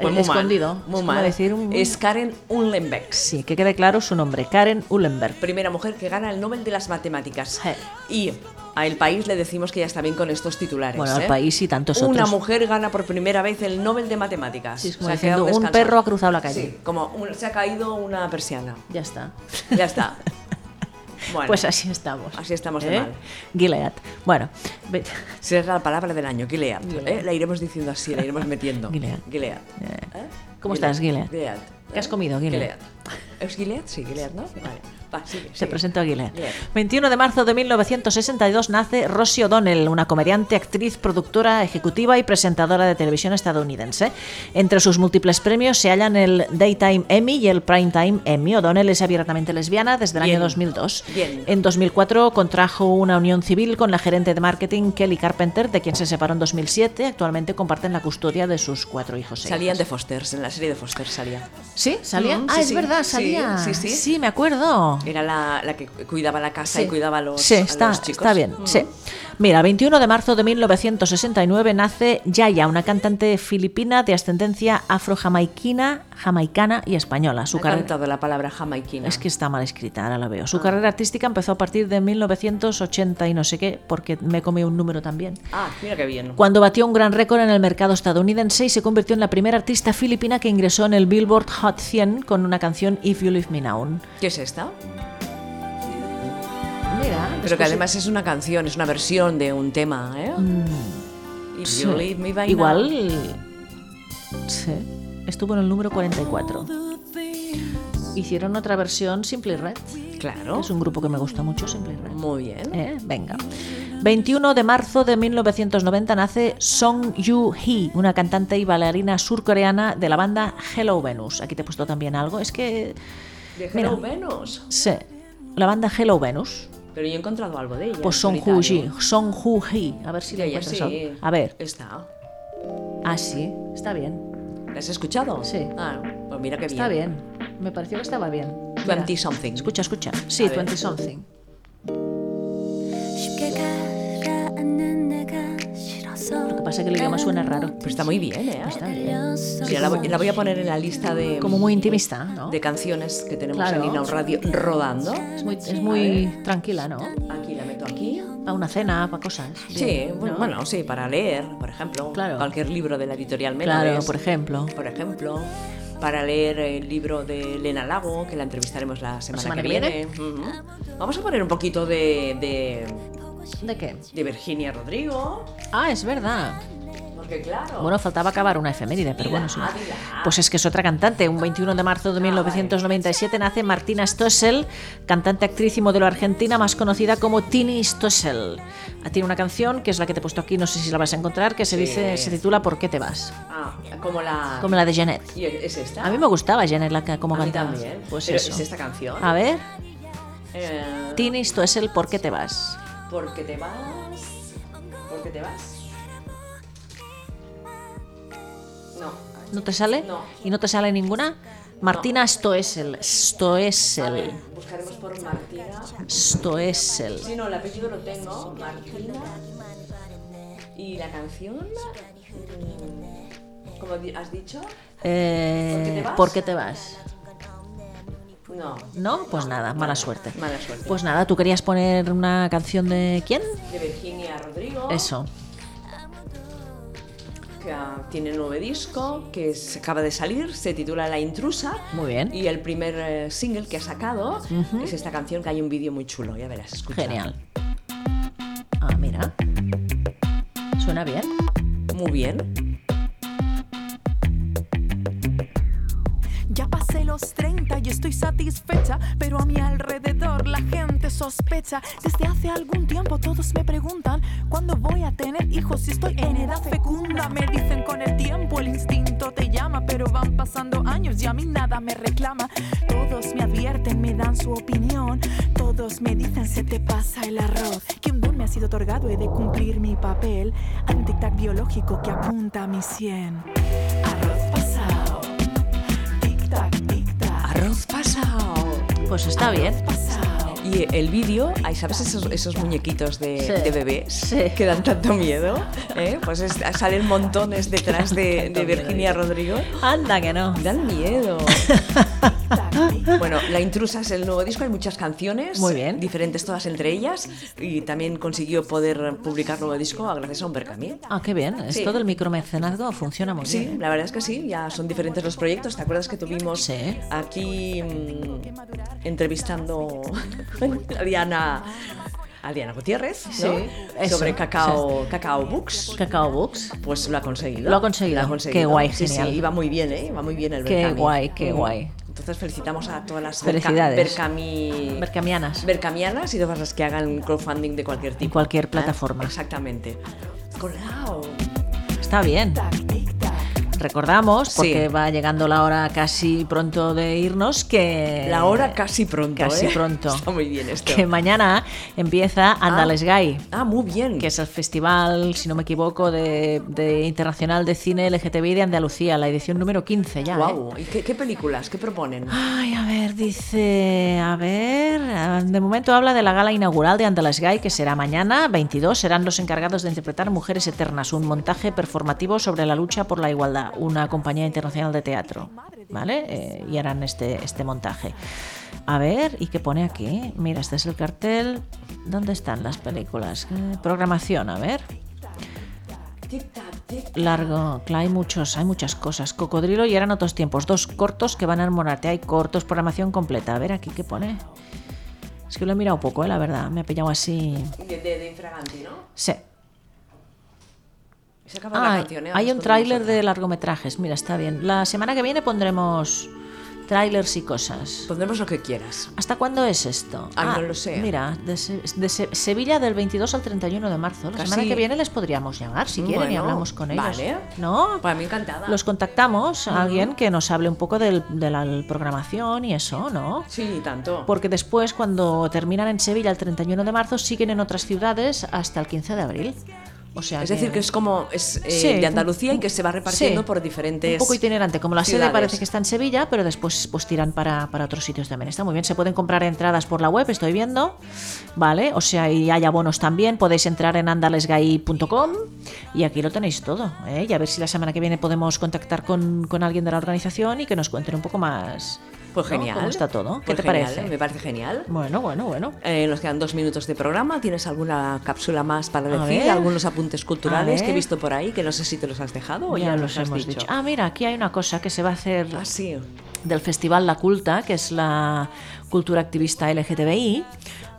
S1: Pues muy mal,
S2: escondido,
S1: muy
S2: es como
S1: mal.
S2: decir un-
S1: Es Karen Unlenbeck.
S2: Sí, que quede claro su nombre, Karen Ullenberg.
S1: Primera mujer que gana el Nobel de las Matemáticas.
S2: Sí.
S1: Y a El País le decimos que ya está bien con estos titulares.
S2: Bueno, Al
S1: ¿eh?
S2: País y tantos
S1: Una
S2: otros.
S1: mujer gana por primera vez el Nobel de Matemáticas.
S2: Sí, es como
S1: Se ha
S2: diciendo,
S1: quedado
S2: un
S1: descansado.
S2: perro ha cruzado la calle.
S1: Sí, como un- se ha caído una persiana.
S2: Ya está.
S1: Ya
S2: [LAUGHS]
S1: está. Bueno,
S2: Pues así estamos. ¿eh?
S1: Así estamos de mal.
S2: Gilead. Bueno, ve-
S1: será la palabra del año, Gilead.
S2: Gilead.
S1: ¿eh? La iremos diciendo así, la iremos metiendo.
S2: Gilead.
S1: Gilead. ¿Eh?
S2: ¿Cómo estás, Gilead?
S1: Gilead. ¿Eh?
S2: ¿Qué has comido, Gilead?
S1: ¿Es Gilead? Sí, Gilead, ¿no? Vale. Va, sigue,
S2: te
S1: sigue.
S2: presento a Gilead.
S1: Gilead.
S2: 21 de marzo de 1962 nace Rosie O'Donnell, una comediante, actriz, productora, ejecutiva y presentadora de televisión estadounidense. Entre sus múltiples premios se hallan el Daytime Emmy y el Primetime Emmy. O'Donnell es abiertamente lesbiana desde el
S1: Bien.
S2: año 2002.
S1: Bien.
S2: En 2004 contrajo una unión civil con la gerente de marketing Kelly Carpenter, de quien se separó en 2007. Actualmente comparten la custodia de sus cuatro hijos. e
S1: Salían
S2: hijas.
S1: de Fosters, en la serie de Fosters salía.
S2: ¿Sí? ¿Salía?
S1: Mm,
S2: ah,
S1: sí,
S2: es
S1: sí.
S2: verdad,
S1: Sí,
S2: salía.
S1: sí, sí.
S2: me acuerdo.
S1: Era la, la que cuidaba la casa y
S2: Sí.
S1: cuidaba a los,
S2: Sí,
S1: a los
S2: está,
S1: chicos.
S2: está bien,
S1: Mm.
S2: sí. Mira, 21 de marzo de 1969 nace Yaya, una cantante filipina de ascendencia afrojamaiquina, jamaicana y española. Su
S1: Ha
S2: carrera-
S1: cantado la palabra jamaiquina.
S2: Es que está mal escrita, ahora la veo. Su carrera artística empezó a partir de 1980 y no sé qué, porque me comí un número también.
S1: Ah, mira qué bien.
S2: Cuando batió un gran récord en el mercado estadounidense y se convirtió en la primera artista filipina que ingresó en el Billboard Hot 100 con una canción If You Leave Me Now.
S1: ¿Qué es esta?
S2: Mira,
S1: Pero que además es una canción, es una versión de un tema, ¿eh? If you leave me by now.
S2: Mm, Igual. Sí. Estuvo en el número 44. Hicieron otra versión Simply Red. que
S1: Claro.
S2: Es un grupo que me gusta mucho, Simply Red.
S1: Muy bien.
S2: Eh, Venga. 21 de marzo de 1990 nace Song Yoo Hee, una cantante y bailarina surcoreana de la banda Hello Venus. Aquí te he puesto también algo. Es que.
S1: De
S2: Mira.
S1: Hello Venus.
S2: sé, La banda Hello Venus.
S1: Pero yo he encontrado algo de ella.
S2: Pues
S1: en
S2: Song Joo Hee.
S1: solitario.
S2: Song Joo Hee. A ver si
S1: De
S2: le
S1: ella
S2: encuentras
S1: sí.
S2: algo. A ver.
S1: Está.
S2: Ah, sí. Está bien.
S1: ¿La has escuchado?
S2: Sí.
S1: Ah, pues mira qué bien.
S2: Está bien. Me pareció que estaba bien.
S1: 20 something.
S2: Escucha, escucha. Sí,
S1: A ver.
S2: 20 something.
S6: 쉽게 가라앉는 내가 싫어서
S2: Lo que pasa es que el idioma suena raro.
S1: Pero está muy bien, ¿eh?
S2: Está bien.
S1: Mira, la, voy- la voy a poner en la lista de,
S2: Como muy intimista, ¿no?
S1: de canciones que tenemos
S2: Claro.
S1: en Inau Radio rodando.
S2: Es muy, es muy tranquila, ¿no?
S1: Aquí la meto aquí.
S2: Para una cena, para cosas.
S1: Sí,
S2: Bien,
S1: bueno,
S2: ¿no?
S1: bueno, sí, para leer, por ejemplo,
S2: Claro.
S1: cualquier libro de la editorial
S2: Claro,
S1: Méndez,
S2: por ejemplo.
S1: por ejemplo, para leer el libro de Elena Lago, que la entrevistaremos la semana,
S2: semana
S1: que
S2: que
S1: viene. Ujú. Vamos a poner un poquito de, de,
S2: ¿De qué?
S1: de Virginia Rodrigo,
S2: Ah, es verdad.
S1: porque claro,
S2: Bueno, faltaba acabar una efeméride, pero bueno, sí.
S1: Ah, mira.
S2: Pues es que es otra cantante. Un 21 de marzo de 1997 nace Martina Stoessel, cantante, actriz y modelo argentina más conocida como Tini Stoessel. Ah, Tiene una canción que es la que te he puesto aquí, no sé si la vas a encontrar, que se dice, se titula ¿Por qué te vas?
S1: Ah, como la...
S2: Como la de Janet.
S1: ¿Y es esta?
S2: A mí me gustaba Janet la que- como
S1: A mí
S2: cantaba.
S1: también.
S2: Pues
S1: Pero
S2: eso.
S1: es esta canción.
S2: A ver,
S1: Eh,
S2: Tini Stoessel, ¿Por qué te vas?
S1: porque te vas... Porque te vas... No.
S2: ¿No te sale?
S1: No.
S2: ¿Y no te sale ninguna? Martina Stoessel. Stoessel.
S1: Buscaremos por Martina.
S2: Stoessel.
S1: Si no, el apellido lo tengo. Martina. ¿Y la canción? Mm, ¿Cómo di- has dicho?
S2: Eh,
S1: ¿Por qué te vas?
S2: ¿Por qué te vas?
S1: No.
S2: ¿No? Pues nada, mala suerte.
S1: Mala suerte.
S2: Pues nada, ¿tú querías poner una canción de quién?
S1: De Virginia Rodrigo.
S2: Eso.
S1: que ah, tiene nuevo disco, que se acaba de salir, se titula La Intrusa.
S2: Muy bien.
S1: Y el primer eh, single que ha sacado es esta canción, que hay un vídeo muy chulo, ya verás, escucha.
S2: Genial. Ah, mira. Suena bien.
S1: Muy bien.
S7: Ya pasé los 30 y estoy satisfecha, pero a mi alrededor la gente sospecha. Desde hace algún tiempo todos me preguntan cuándo voy a tener hijos si estoy en edad fecunda. Me dicen con el tiempo el instinto te llama, pero van pasando años y a mí nada me reclama. Todos me advierten, me dan su opinión, todos me dicen se te pasa el arroz. Que un don me ha sido otorgado, he de cumplir mi papel. Hay un tic-tac biológico que apunta a mi 100. Arroz pasado. Tic-tac, tic-tac.
S1: Arroz pasado.
S2: Pues está bien.
S7: Pasao.
S1: Y el vídeo, ay, ¿sabes esos, esos muñequitos de,
S2: Sí.
S1: de bebés
S2: Sí.
S1: que dan tanto miedo? ¿Eh? Pues es- salen montones detrás de,
S2: [LAUGHS] Tanto
S1: de Virginia
S2: miedo.
S1: Rodrigo.
S2: Anda que no. [LAUGHS] Ah,
S1: Dan miedo.
S7: Tic-tac, tic-tac.
S1: Bueno, La Intrusa es el nuevo disco, hay muchas canciones,
S2: Muy bien.
S1: diferentes todas entre ellas, y también consiguió poder publicar nuevo disco gracias a un Berkami.
S2: Ah, qué bien. Esto
S1: Sí.
S2: del micromecenazgo funciona muy
S1: Sí,
S2: bien.
S1: la verdad es que sí, ya son diferentes los proyectos. ¿Te acuerdas que tuvimos
S2: Sí.
S1: aquí mm, entrevistando [LAUGHS] a Diana, a Diana Gutiérrez ¿no?
S2: eso,
S1: sobre cacao, cacao Books?
S2: Cacao Books.
S1: Pues lo ha conseguido.
S2: Lo ha conseguido. Qué guay,
S1: Sí, sí,
S2: genial.
S1: y va muy bien, ¿eh? Va muy bien el
S2: Qué
S1: Berkami.
S2: guay, qué
S1: Mm.
S2: guay.
S1: Entonces felicitamos a todas las Berka-
S2: Felicidades.
S1: Berkami...
S2: Bercamianas.
S1: Berkamianas y todas las que hagan crowdfunding de cualquier tipo.
S2: cualquier
S1: ¿eh?
S2: plataforma.
S1: Exactamente. Colao.
S2: Está bien. Recordamos,
S1: Sí.
S2: porque va llegando la hora casi pronto de irnos, que...
S1: La hora casi pronto.
S2: Casi
S1: ¿eh?
S2: pronto.
S1: [LAUGHS] Está muy bien esto.
S2: Que mañana empieza Andales Gay.
S1: Ah, muy bien.
S2: que es el festival, si no me equivoco, de, de internacional de cine LGTBI de Andalucía, la edición número 15 ya. ¿eh? Ah.
S1: Guau. ¿Y qué, qué películas? ¿Qué proponen?
S2: Ay, a ver, dice, a ver, ah, de momento habla de la gala inaugural de Andalas Gay, que será mañana, 22, serán los encargados de interpretar Mujeres Eternas, un montaje performativo sobre la lucha por la igualdad, una compañía internacional de teatro, ¿vale? Eh, y harán este, este montaje. A ver, ¿y qué pone aquí? Mira, este es el cartel. ¿Dónde están las películas? Eh, programación, a ver. Largo, claro, hay muchos, hay muchas cosas. Cocodrilo y eran otros tiempos. Dos cortos que van a armonarte. Hay cortos, programación completa. A ver aquí qué pone. Es que lo he mirado poco, eh, la verdad. Me ha pillado así.
S1: De, de, de Infraganti, ¿no?
S2: Sí.
S1: Se acaba la
S2: Ah,
S1: canción, ¿eh?
S2: hay
S1: Ahora es
S2: un
S1: cuando
S2: tráiler
S1: nosotras.
S2: de largometrajes. Mira, está bien. La semana que viene pondremos tráilers y cosas.
S1: Pondremos lo que quieras.
S2: ¿Hasta cuándo es esto? Ah,
S1: Ay, no lo sé.
S2: Mira, de, Se- de Se- Sevilla del 22 al 31 de marzo. La
S1: Casi-
S2: semana que viene les podríamos llamar si quieren y
S1: Bueno,
S2: hablamos con ellos.
S1: vale.
S2: ¿No?
S1: Para mí encantada.
S2: Los contactamos a alguien que nos hable un poco del- de la programación y eso, ¿no?
S1: Sí, tanto.
S2: Porque después, cuando terminan en Sevilla el 31 de marzo, siguen en otras ciudades hasta el 15 de abril. O sea
S1: Es decir, que es como es eh,
S2: Sí,
S1: de Andalucía y que se va repartiendo
S2: sí.
S1: por diferentes.
S2: Un poco itinerante, como la sede
S1: ciudades.
S2: parece que está en Sevilla, pero después pues tiran para, para otros sitios también. Está muy bien, se pueden comprar entradas por la web, estoy viendo, ¿vale? O sea, y hay abonos también, podéis entrar en andalesgay.com y aquí lo tenéis todo, ¿eh? Y a ver si la semana que viene podemos contactar con, con alguien de la organización y que nos cuenten un poco más
S1: Pues
S2: ¿no?
S1: genial.
S2: cómo está todo. ¿Qué
S1: Pues
S2: te
S1: genial,
S2: parece?
S1: Me parece genial.
S2: Bueno, bueno, bueno.
S1: Eh, nos quedan dos minutos de programa. ¿Tienes alguna cápsula más para
S2: A
S1: decir?
S2: ver.
S1: Algunos apuntes culturales
S2: A
S1: que he
S2: ver.
S1: visto por ahí, que no sé si te los has dejado o ya,
S2: ya
S1: nos
S2: los
S1: has
S2: hemos dicho. Ah, mira, aquí hay una cosa que se va a hacer
S1: Ah, sí.
S2: del Festival La Culta, que es la cultura activista LGTBI.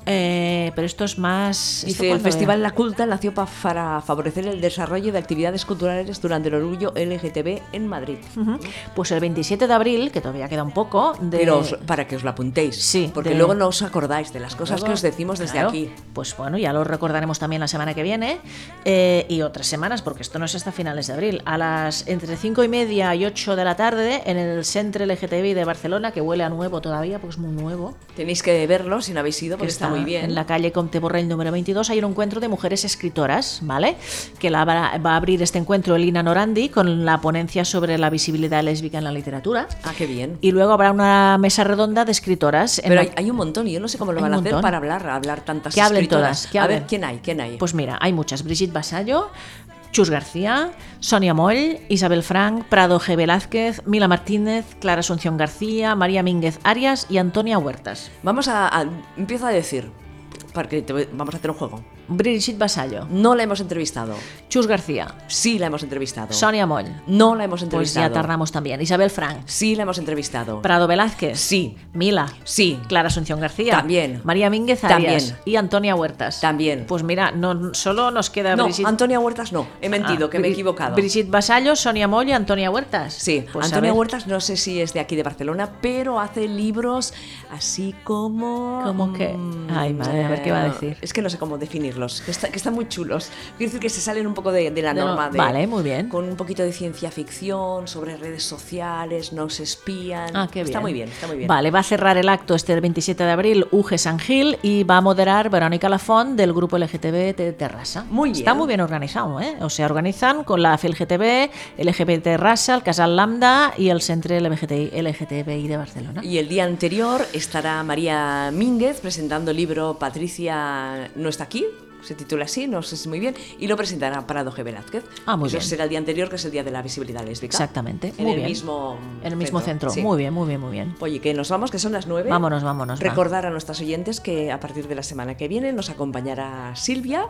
S2: eh, pero esto es más. ¿esto
S1: Dice, el
S2: cuándo
S1: Festival
S2: era?
S1: La Culta nació pa- para favorecer el desarrollo de actividades culturales durante el orgullo LGTB en Madrid.
S2: Ujú. Pues el 27 de abril, que todavía queda un poco. De...
S1: Pero os- para que os lo apuntéis,
S2: Sí,
S1: porque
S2: de-
S1: luego no os acordáis de las cosas que os decimos desde
S2: Claro.
S1: aquí.
S2: Pues bueno, ya lo recordaremos también la semana que viene eh, y otras semanas, porque esto no es hasta finales de abril. A las entre 5 y media y 8 de la tarde en el Centro LGTBI de Barcelona, que huele a nuevo todavía, porque es muy nuevo.
S1: Tenéis que verlo si no habéis ido, porque
S2: está
S1: está muy bien.
S2: en la calle Comte Borrell número 22 hay un encuentro de mujeres escritoras, ¿vale? Que la va, va a abrir este encuentro Elina Norandi con la ponencia sobre la visibilidad lésbica en la literatura.
S1: Ah, qué bien.
S2: Y luego habrá una mesa redonda de escritoras. en
S1: Pero
S2: la-
S1: hay, hay un montón y yo no sé cómo lo
S2: Hay
S1: van
S2: un
S1: a hacer
S2: montón.
S1: para hablar, hablar tantas
S2: Que hablen
S1: escritoras.
S2: todas, que
S1: a ver,
S2: hablen.
S1: ¿quién hay? ¿Quién hay?
S2: Pues mira, hay muchas. Brigitte Basallo, Chus García, Sonia Moll, Isabel Frank, Prado G. Velázquez, Mila Martínez, Clara Asunción García, María Mínguez Arias y Antonia Huertas.
S1: Vamos a, a- Empiezo a decir, porque te voy- vamos a hacer un juego.
S2: Brigitte Basallo,
S1: No la hemos entrevistado.
S2: Chus García,
S1: Sí la hemos entrevistado.
S2: Sonia Moll.
S1: No la hemos
S2: Pues
S1: entrevistado.
S2: ya tardamos también. Isabel Frank,
S1: Sí la hemos entrevistado.
S2: Prado Velázquez.
S1: Sí.
S2: Mila.
S1: Sí.
S2: Clara Asunción García.
S1: También.
S2: María Mínguez
S1: También.
S2: Arias. Y Antonia Huertas.
S1: También.
S2: Pues mira, no, solo nos queda
S1: No,
S2: Brigitte-
S1: Antonia Huertas no. He mentido,
S2: Ah,
S1: que me he
S2: Bri-
S1: equivocado.
S2: Brigitte Basallo, Sonia Moll y Antonia Huertas.
S1: Sí,
S2: Pues a
S1: Antonia
S2: ver.
S1: Huertas no sé si es de aquí de Barcelona, pero hace libros así como... mm,
S2: ¿Cómo qué? Ay, madre, a ver qué va a
S1: eh,
S2: decir.
S1: Es que no sé cómo definirlos, que, está- que están muy chulos. Quiero decir que se salen un poco de, de la
S2: De lo-
S1: norma. de-
S2: vale, muy bien.
S1: Con un poquito de ciencia ficción, sobre redes sociales, nos espían.
S2: Ah, qué bien.
S1: Está muy bien, está muy bien.
S2: Vale, va a cerrar el acto este el 27 de abril UG San Gil y va a moderar Verónica Lafont del grupo LGTB de Terrassa.
S1: Muy bien.
S2: Está muy bien organizado, ¿eh? O sea, organizan con la FLGTB, LGB Terrassa, el Casal Lambda y el Centre LGTBI, LGTBI de Barcelona.
S1: Y el día anterior estará María Mínguez presentando el libro Patricia no está aquí, se titula así, no sé si muy bien, y lo presentará Prado G. Velázquez.
S2: Ah, muy
S1: Eso
S2: bien.
S1: será el día anterior, que es el día de la visibilidad lésbica.
S2: Exactamente,
S1: En
S2: muy
S1: el
S2: bien.
S1: mismo
S2: En el mismo centro.
S1: sí.
S2: Muy bien, muy bien, muy bien.
S1: Oye, que nos vamos, que son las nueve.
S2: Vámonos, vámonos, va.
S1: Recordar a nuestros oyentes que a partir de la semana que viene nos acompañará Silvia.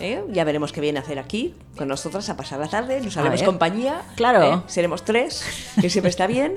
S1: ¿eh? Ya veremos qué viene a hacer aquí con nosotras a pasar la tarde. Nos
S2: A
S1: haremos
S2: ver.
S1: compañía.
S2: Claro.
S1: ¿eh? Seremos tres, que siempre está
S2: [LAUGHS]
S1: bien.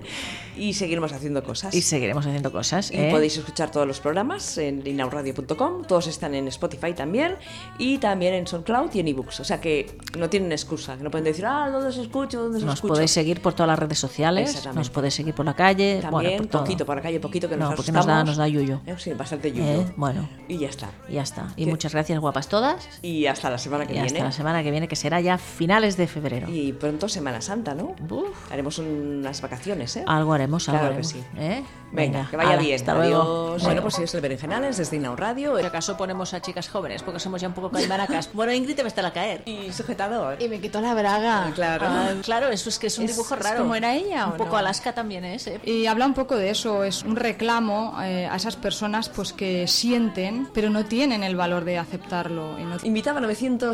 S1: Y seguiremos haciendo cosas.
S2: Y seguiremos haciendo cosas.
S1: Y
S2: ¿eh?
S1: podéis escuchar todos los programas en inauradio.com, todos están en Spotify también y también en SoundCloud y en ebooks. O sea que no tienen excusa, que no pueden decir, ah, ¿dónde os escucho? ¿Dónde os
S2: Nos
S1: escucho?
S2: podéis seguir por todas las redes sociales,
S1: Exactamente.
S2: nos podéis seguir por la calle,
S1: También,
S2: bueno, por todo.
S1: poquito, por la calle, poquito, que
S2: No,
S1: nos
S2: porque nos da,
S1: asustamos.
S2: nos da yuyo.
S1: Eh, Sí, bastante yuyo.
S2: Eh, bueno.
S1: Y ya está.
S2: Y ya está. Y
S1: ¿Qué?
S2: muchas gracias, guapas todas.
S1: Y hasta la semana que
S2: Y hasta
S1: viene.
S2: la semana que viene, que será ya finales de febrero.
S1: Y pronto Semana Santa, ¿no?
S2: Uf.
S1: Haremos unas vacaciones, ¿eh?
S2: Algo haremos, algo
S1: Claro que
S2: haremos,
S1: sí.
S2: ¿eh?
S1: Venga,
S2: Venga,
S1: que vaya
S2: hala,
S1: bien.
S2: hasta luego.
S1: Adiós.
S2: Bueno.
S1: Bueno, pues si es el Berenjenales, desde Inaun Radio. eh,
S2: Por acaso ponemos a chicas jóvenes, porque somos ya un poco calmaracas. bueno, Ingrid te va a estar a caer.
S1: Y sujetador.
S8: Y me quitó la braga.
S1: Claro.
S2: Ah, claro, eso es que es un
S8: Es-
S2: dibujo
S8: es
S2: raro.
S8: como era ella,
S2: Un
S8: ¿o
S2: poco
S8: no?
S2: Alaska también es, ¿eh?
S8: Y habla un poco de eso, es un reclamo eh, a esas personas pues que sienten, pero no tienen el valor de aceptarlo. y no-
S1: Invitaba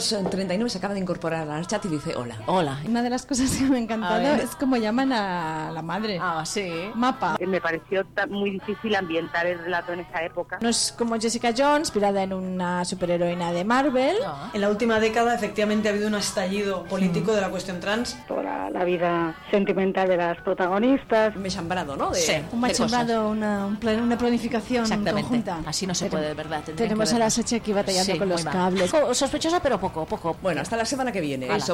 S1: 939, se acaba de incorporar al chat y dice hola.
S2: Hola.
S9: Una de las cosas que me ha
S2: A
S9: encantado
S2: ver.
S9: es como llaman a la madre.
S2: Ah, sí.
S9: Mapa.
S3: Eh, Me pareció ta- muy difícil ambientar el relato en esa época.
S9: No es como Jessica Jones, inspirada en una superheroína de Marvel.
S2: No.
S10: En la última década, efectivamente, ha habido un estallido político de la cuestión trans.
S11: Toda la vida sentimental de las protagonistas.
S1: Un mechambrado, ¿no? De-
S2: Sí.
S9: Un
S2: Qué cosas.
S9: machembrado, una, un plan- una planificación
S2: Exactamente.
S9: conjunta.
S2: Así no se
S9: Tenem-
S2: puede, de verdad. tendrían
S9: Tenemos
S2: que
S9: a la
S2: vernos.
S9: Sacha aquí batallando
S2: Sí,
S9: con los
S2: muy mal.
S9: cables.
S2: Co- Sospechosa, pero poco, poco.
S1: Bueno, hasta la semana que viene.
S2: Hala.
S1: Eso,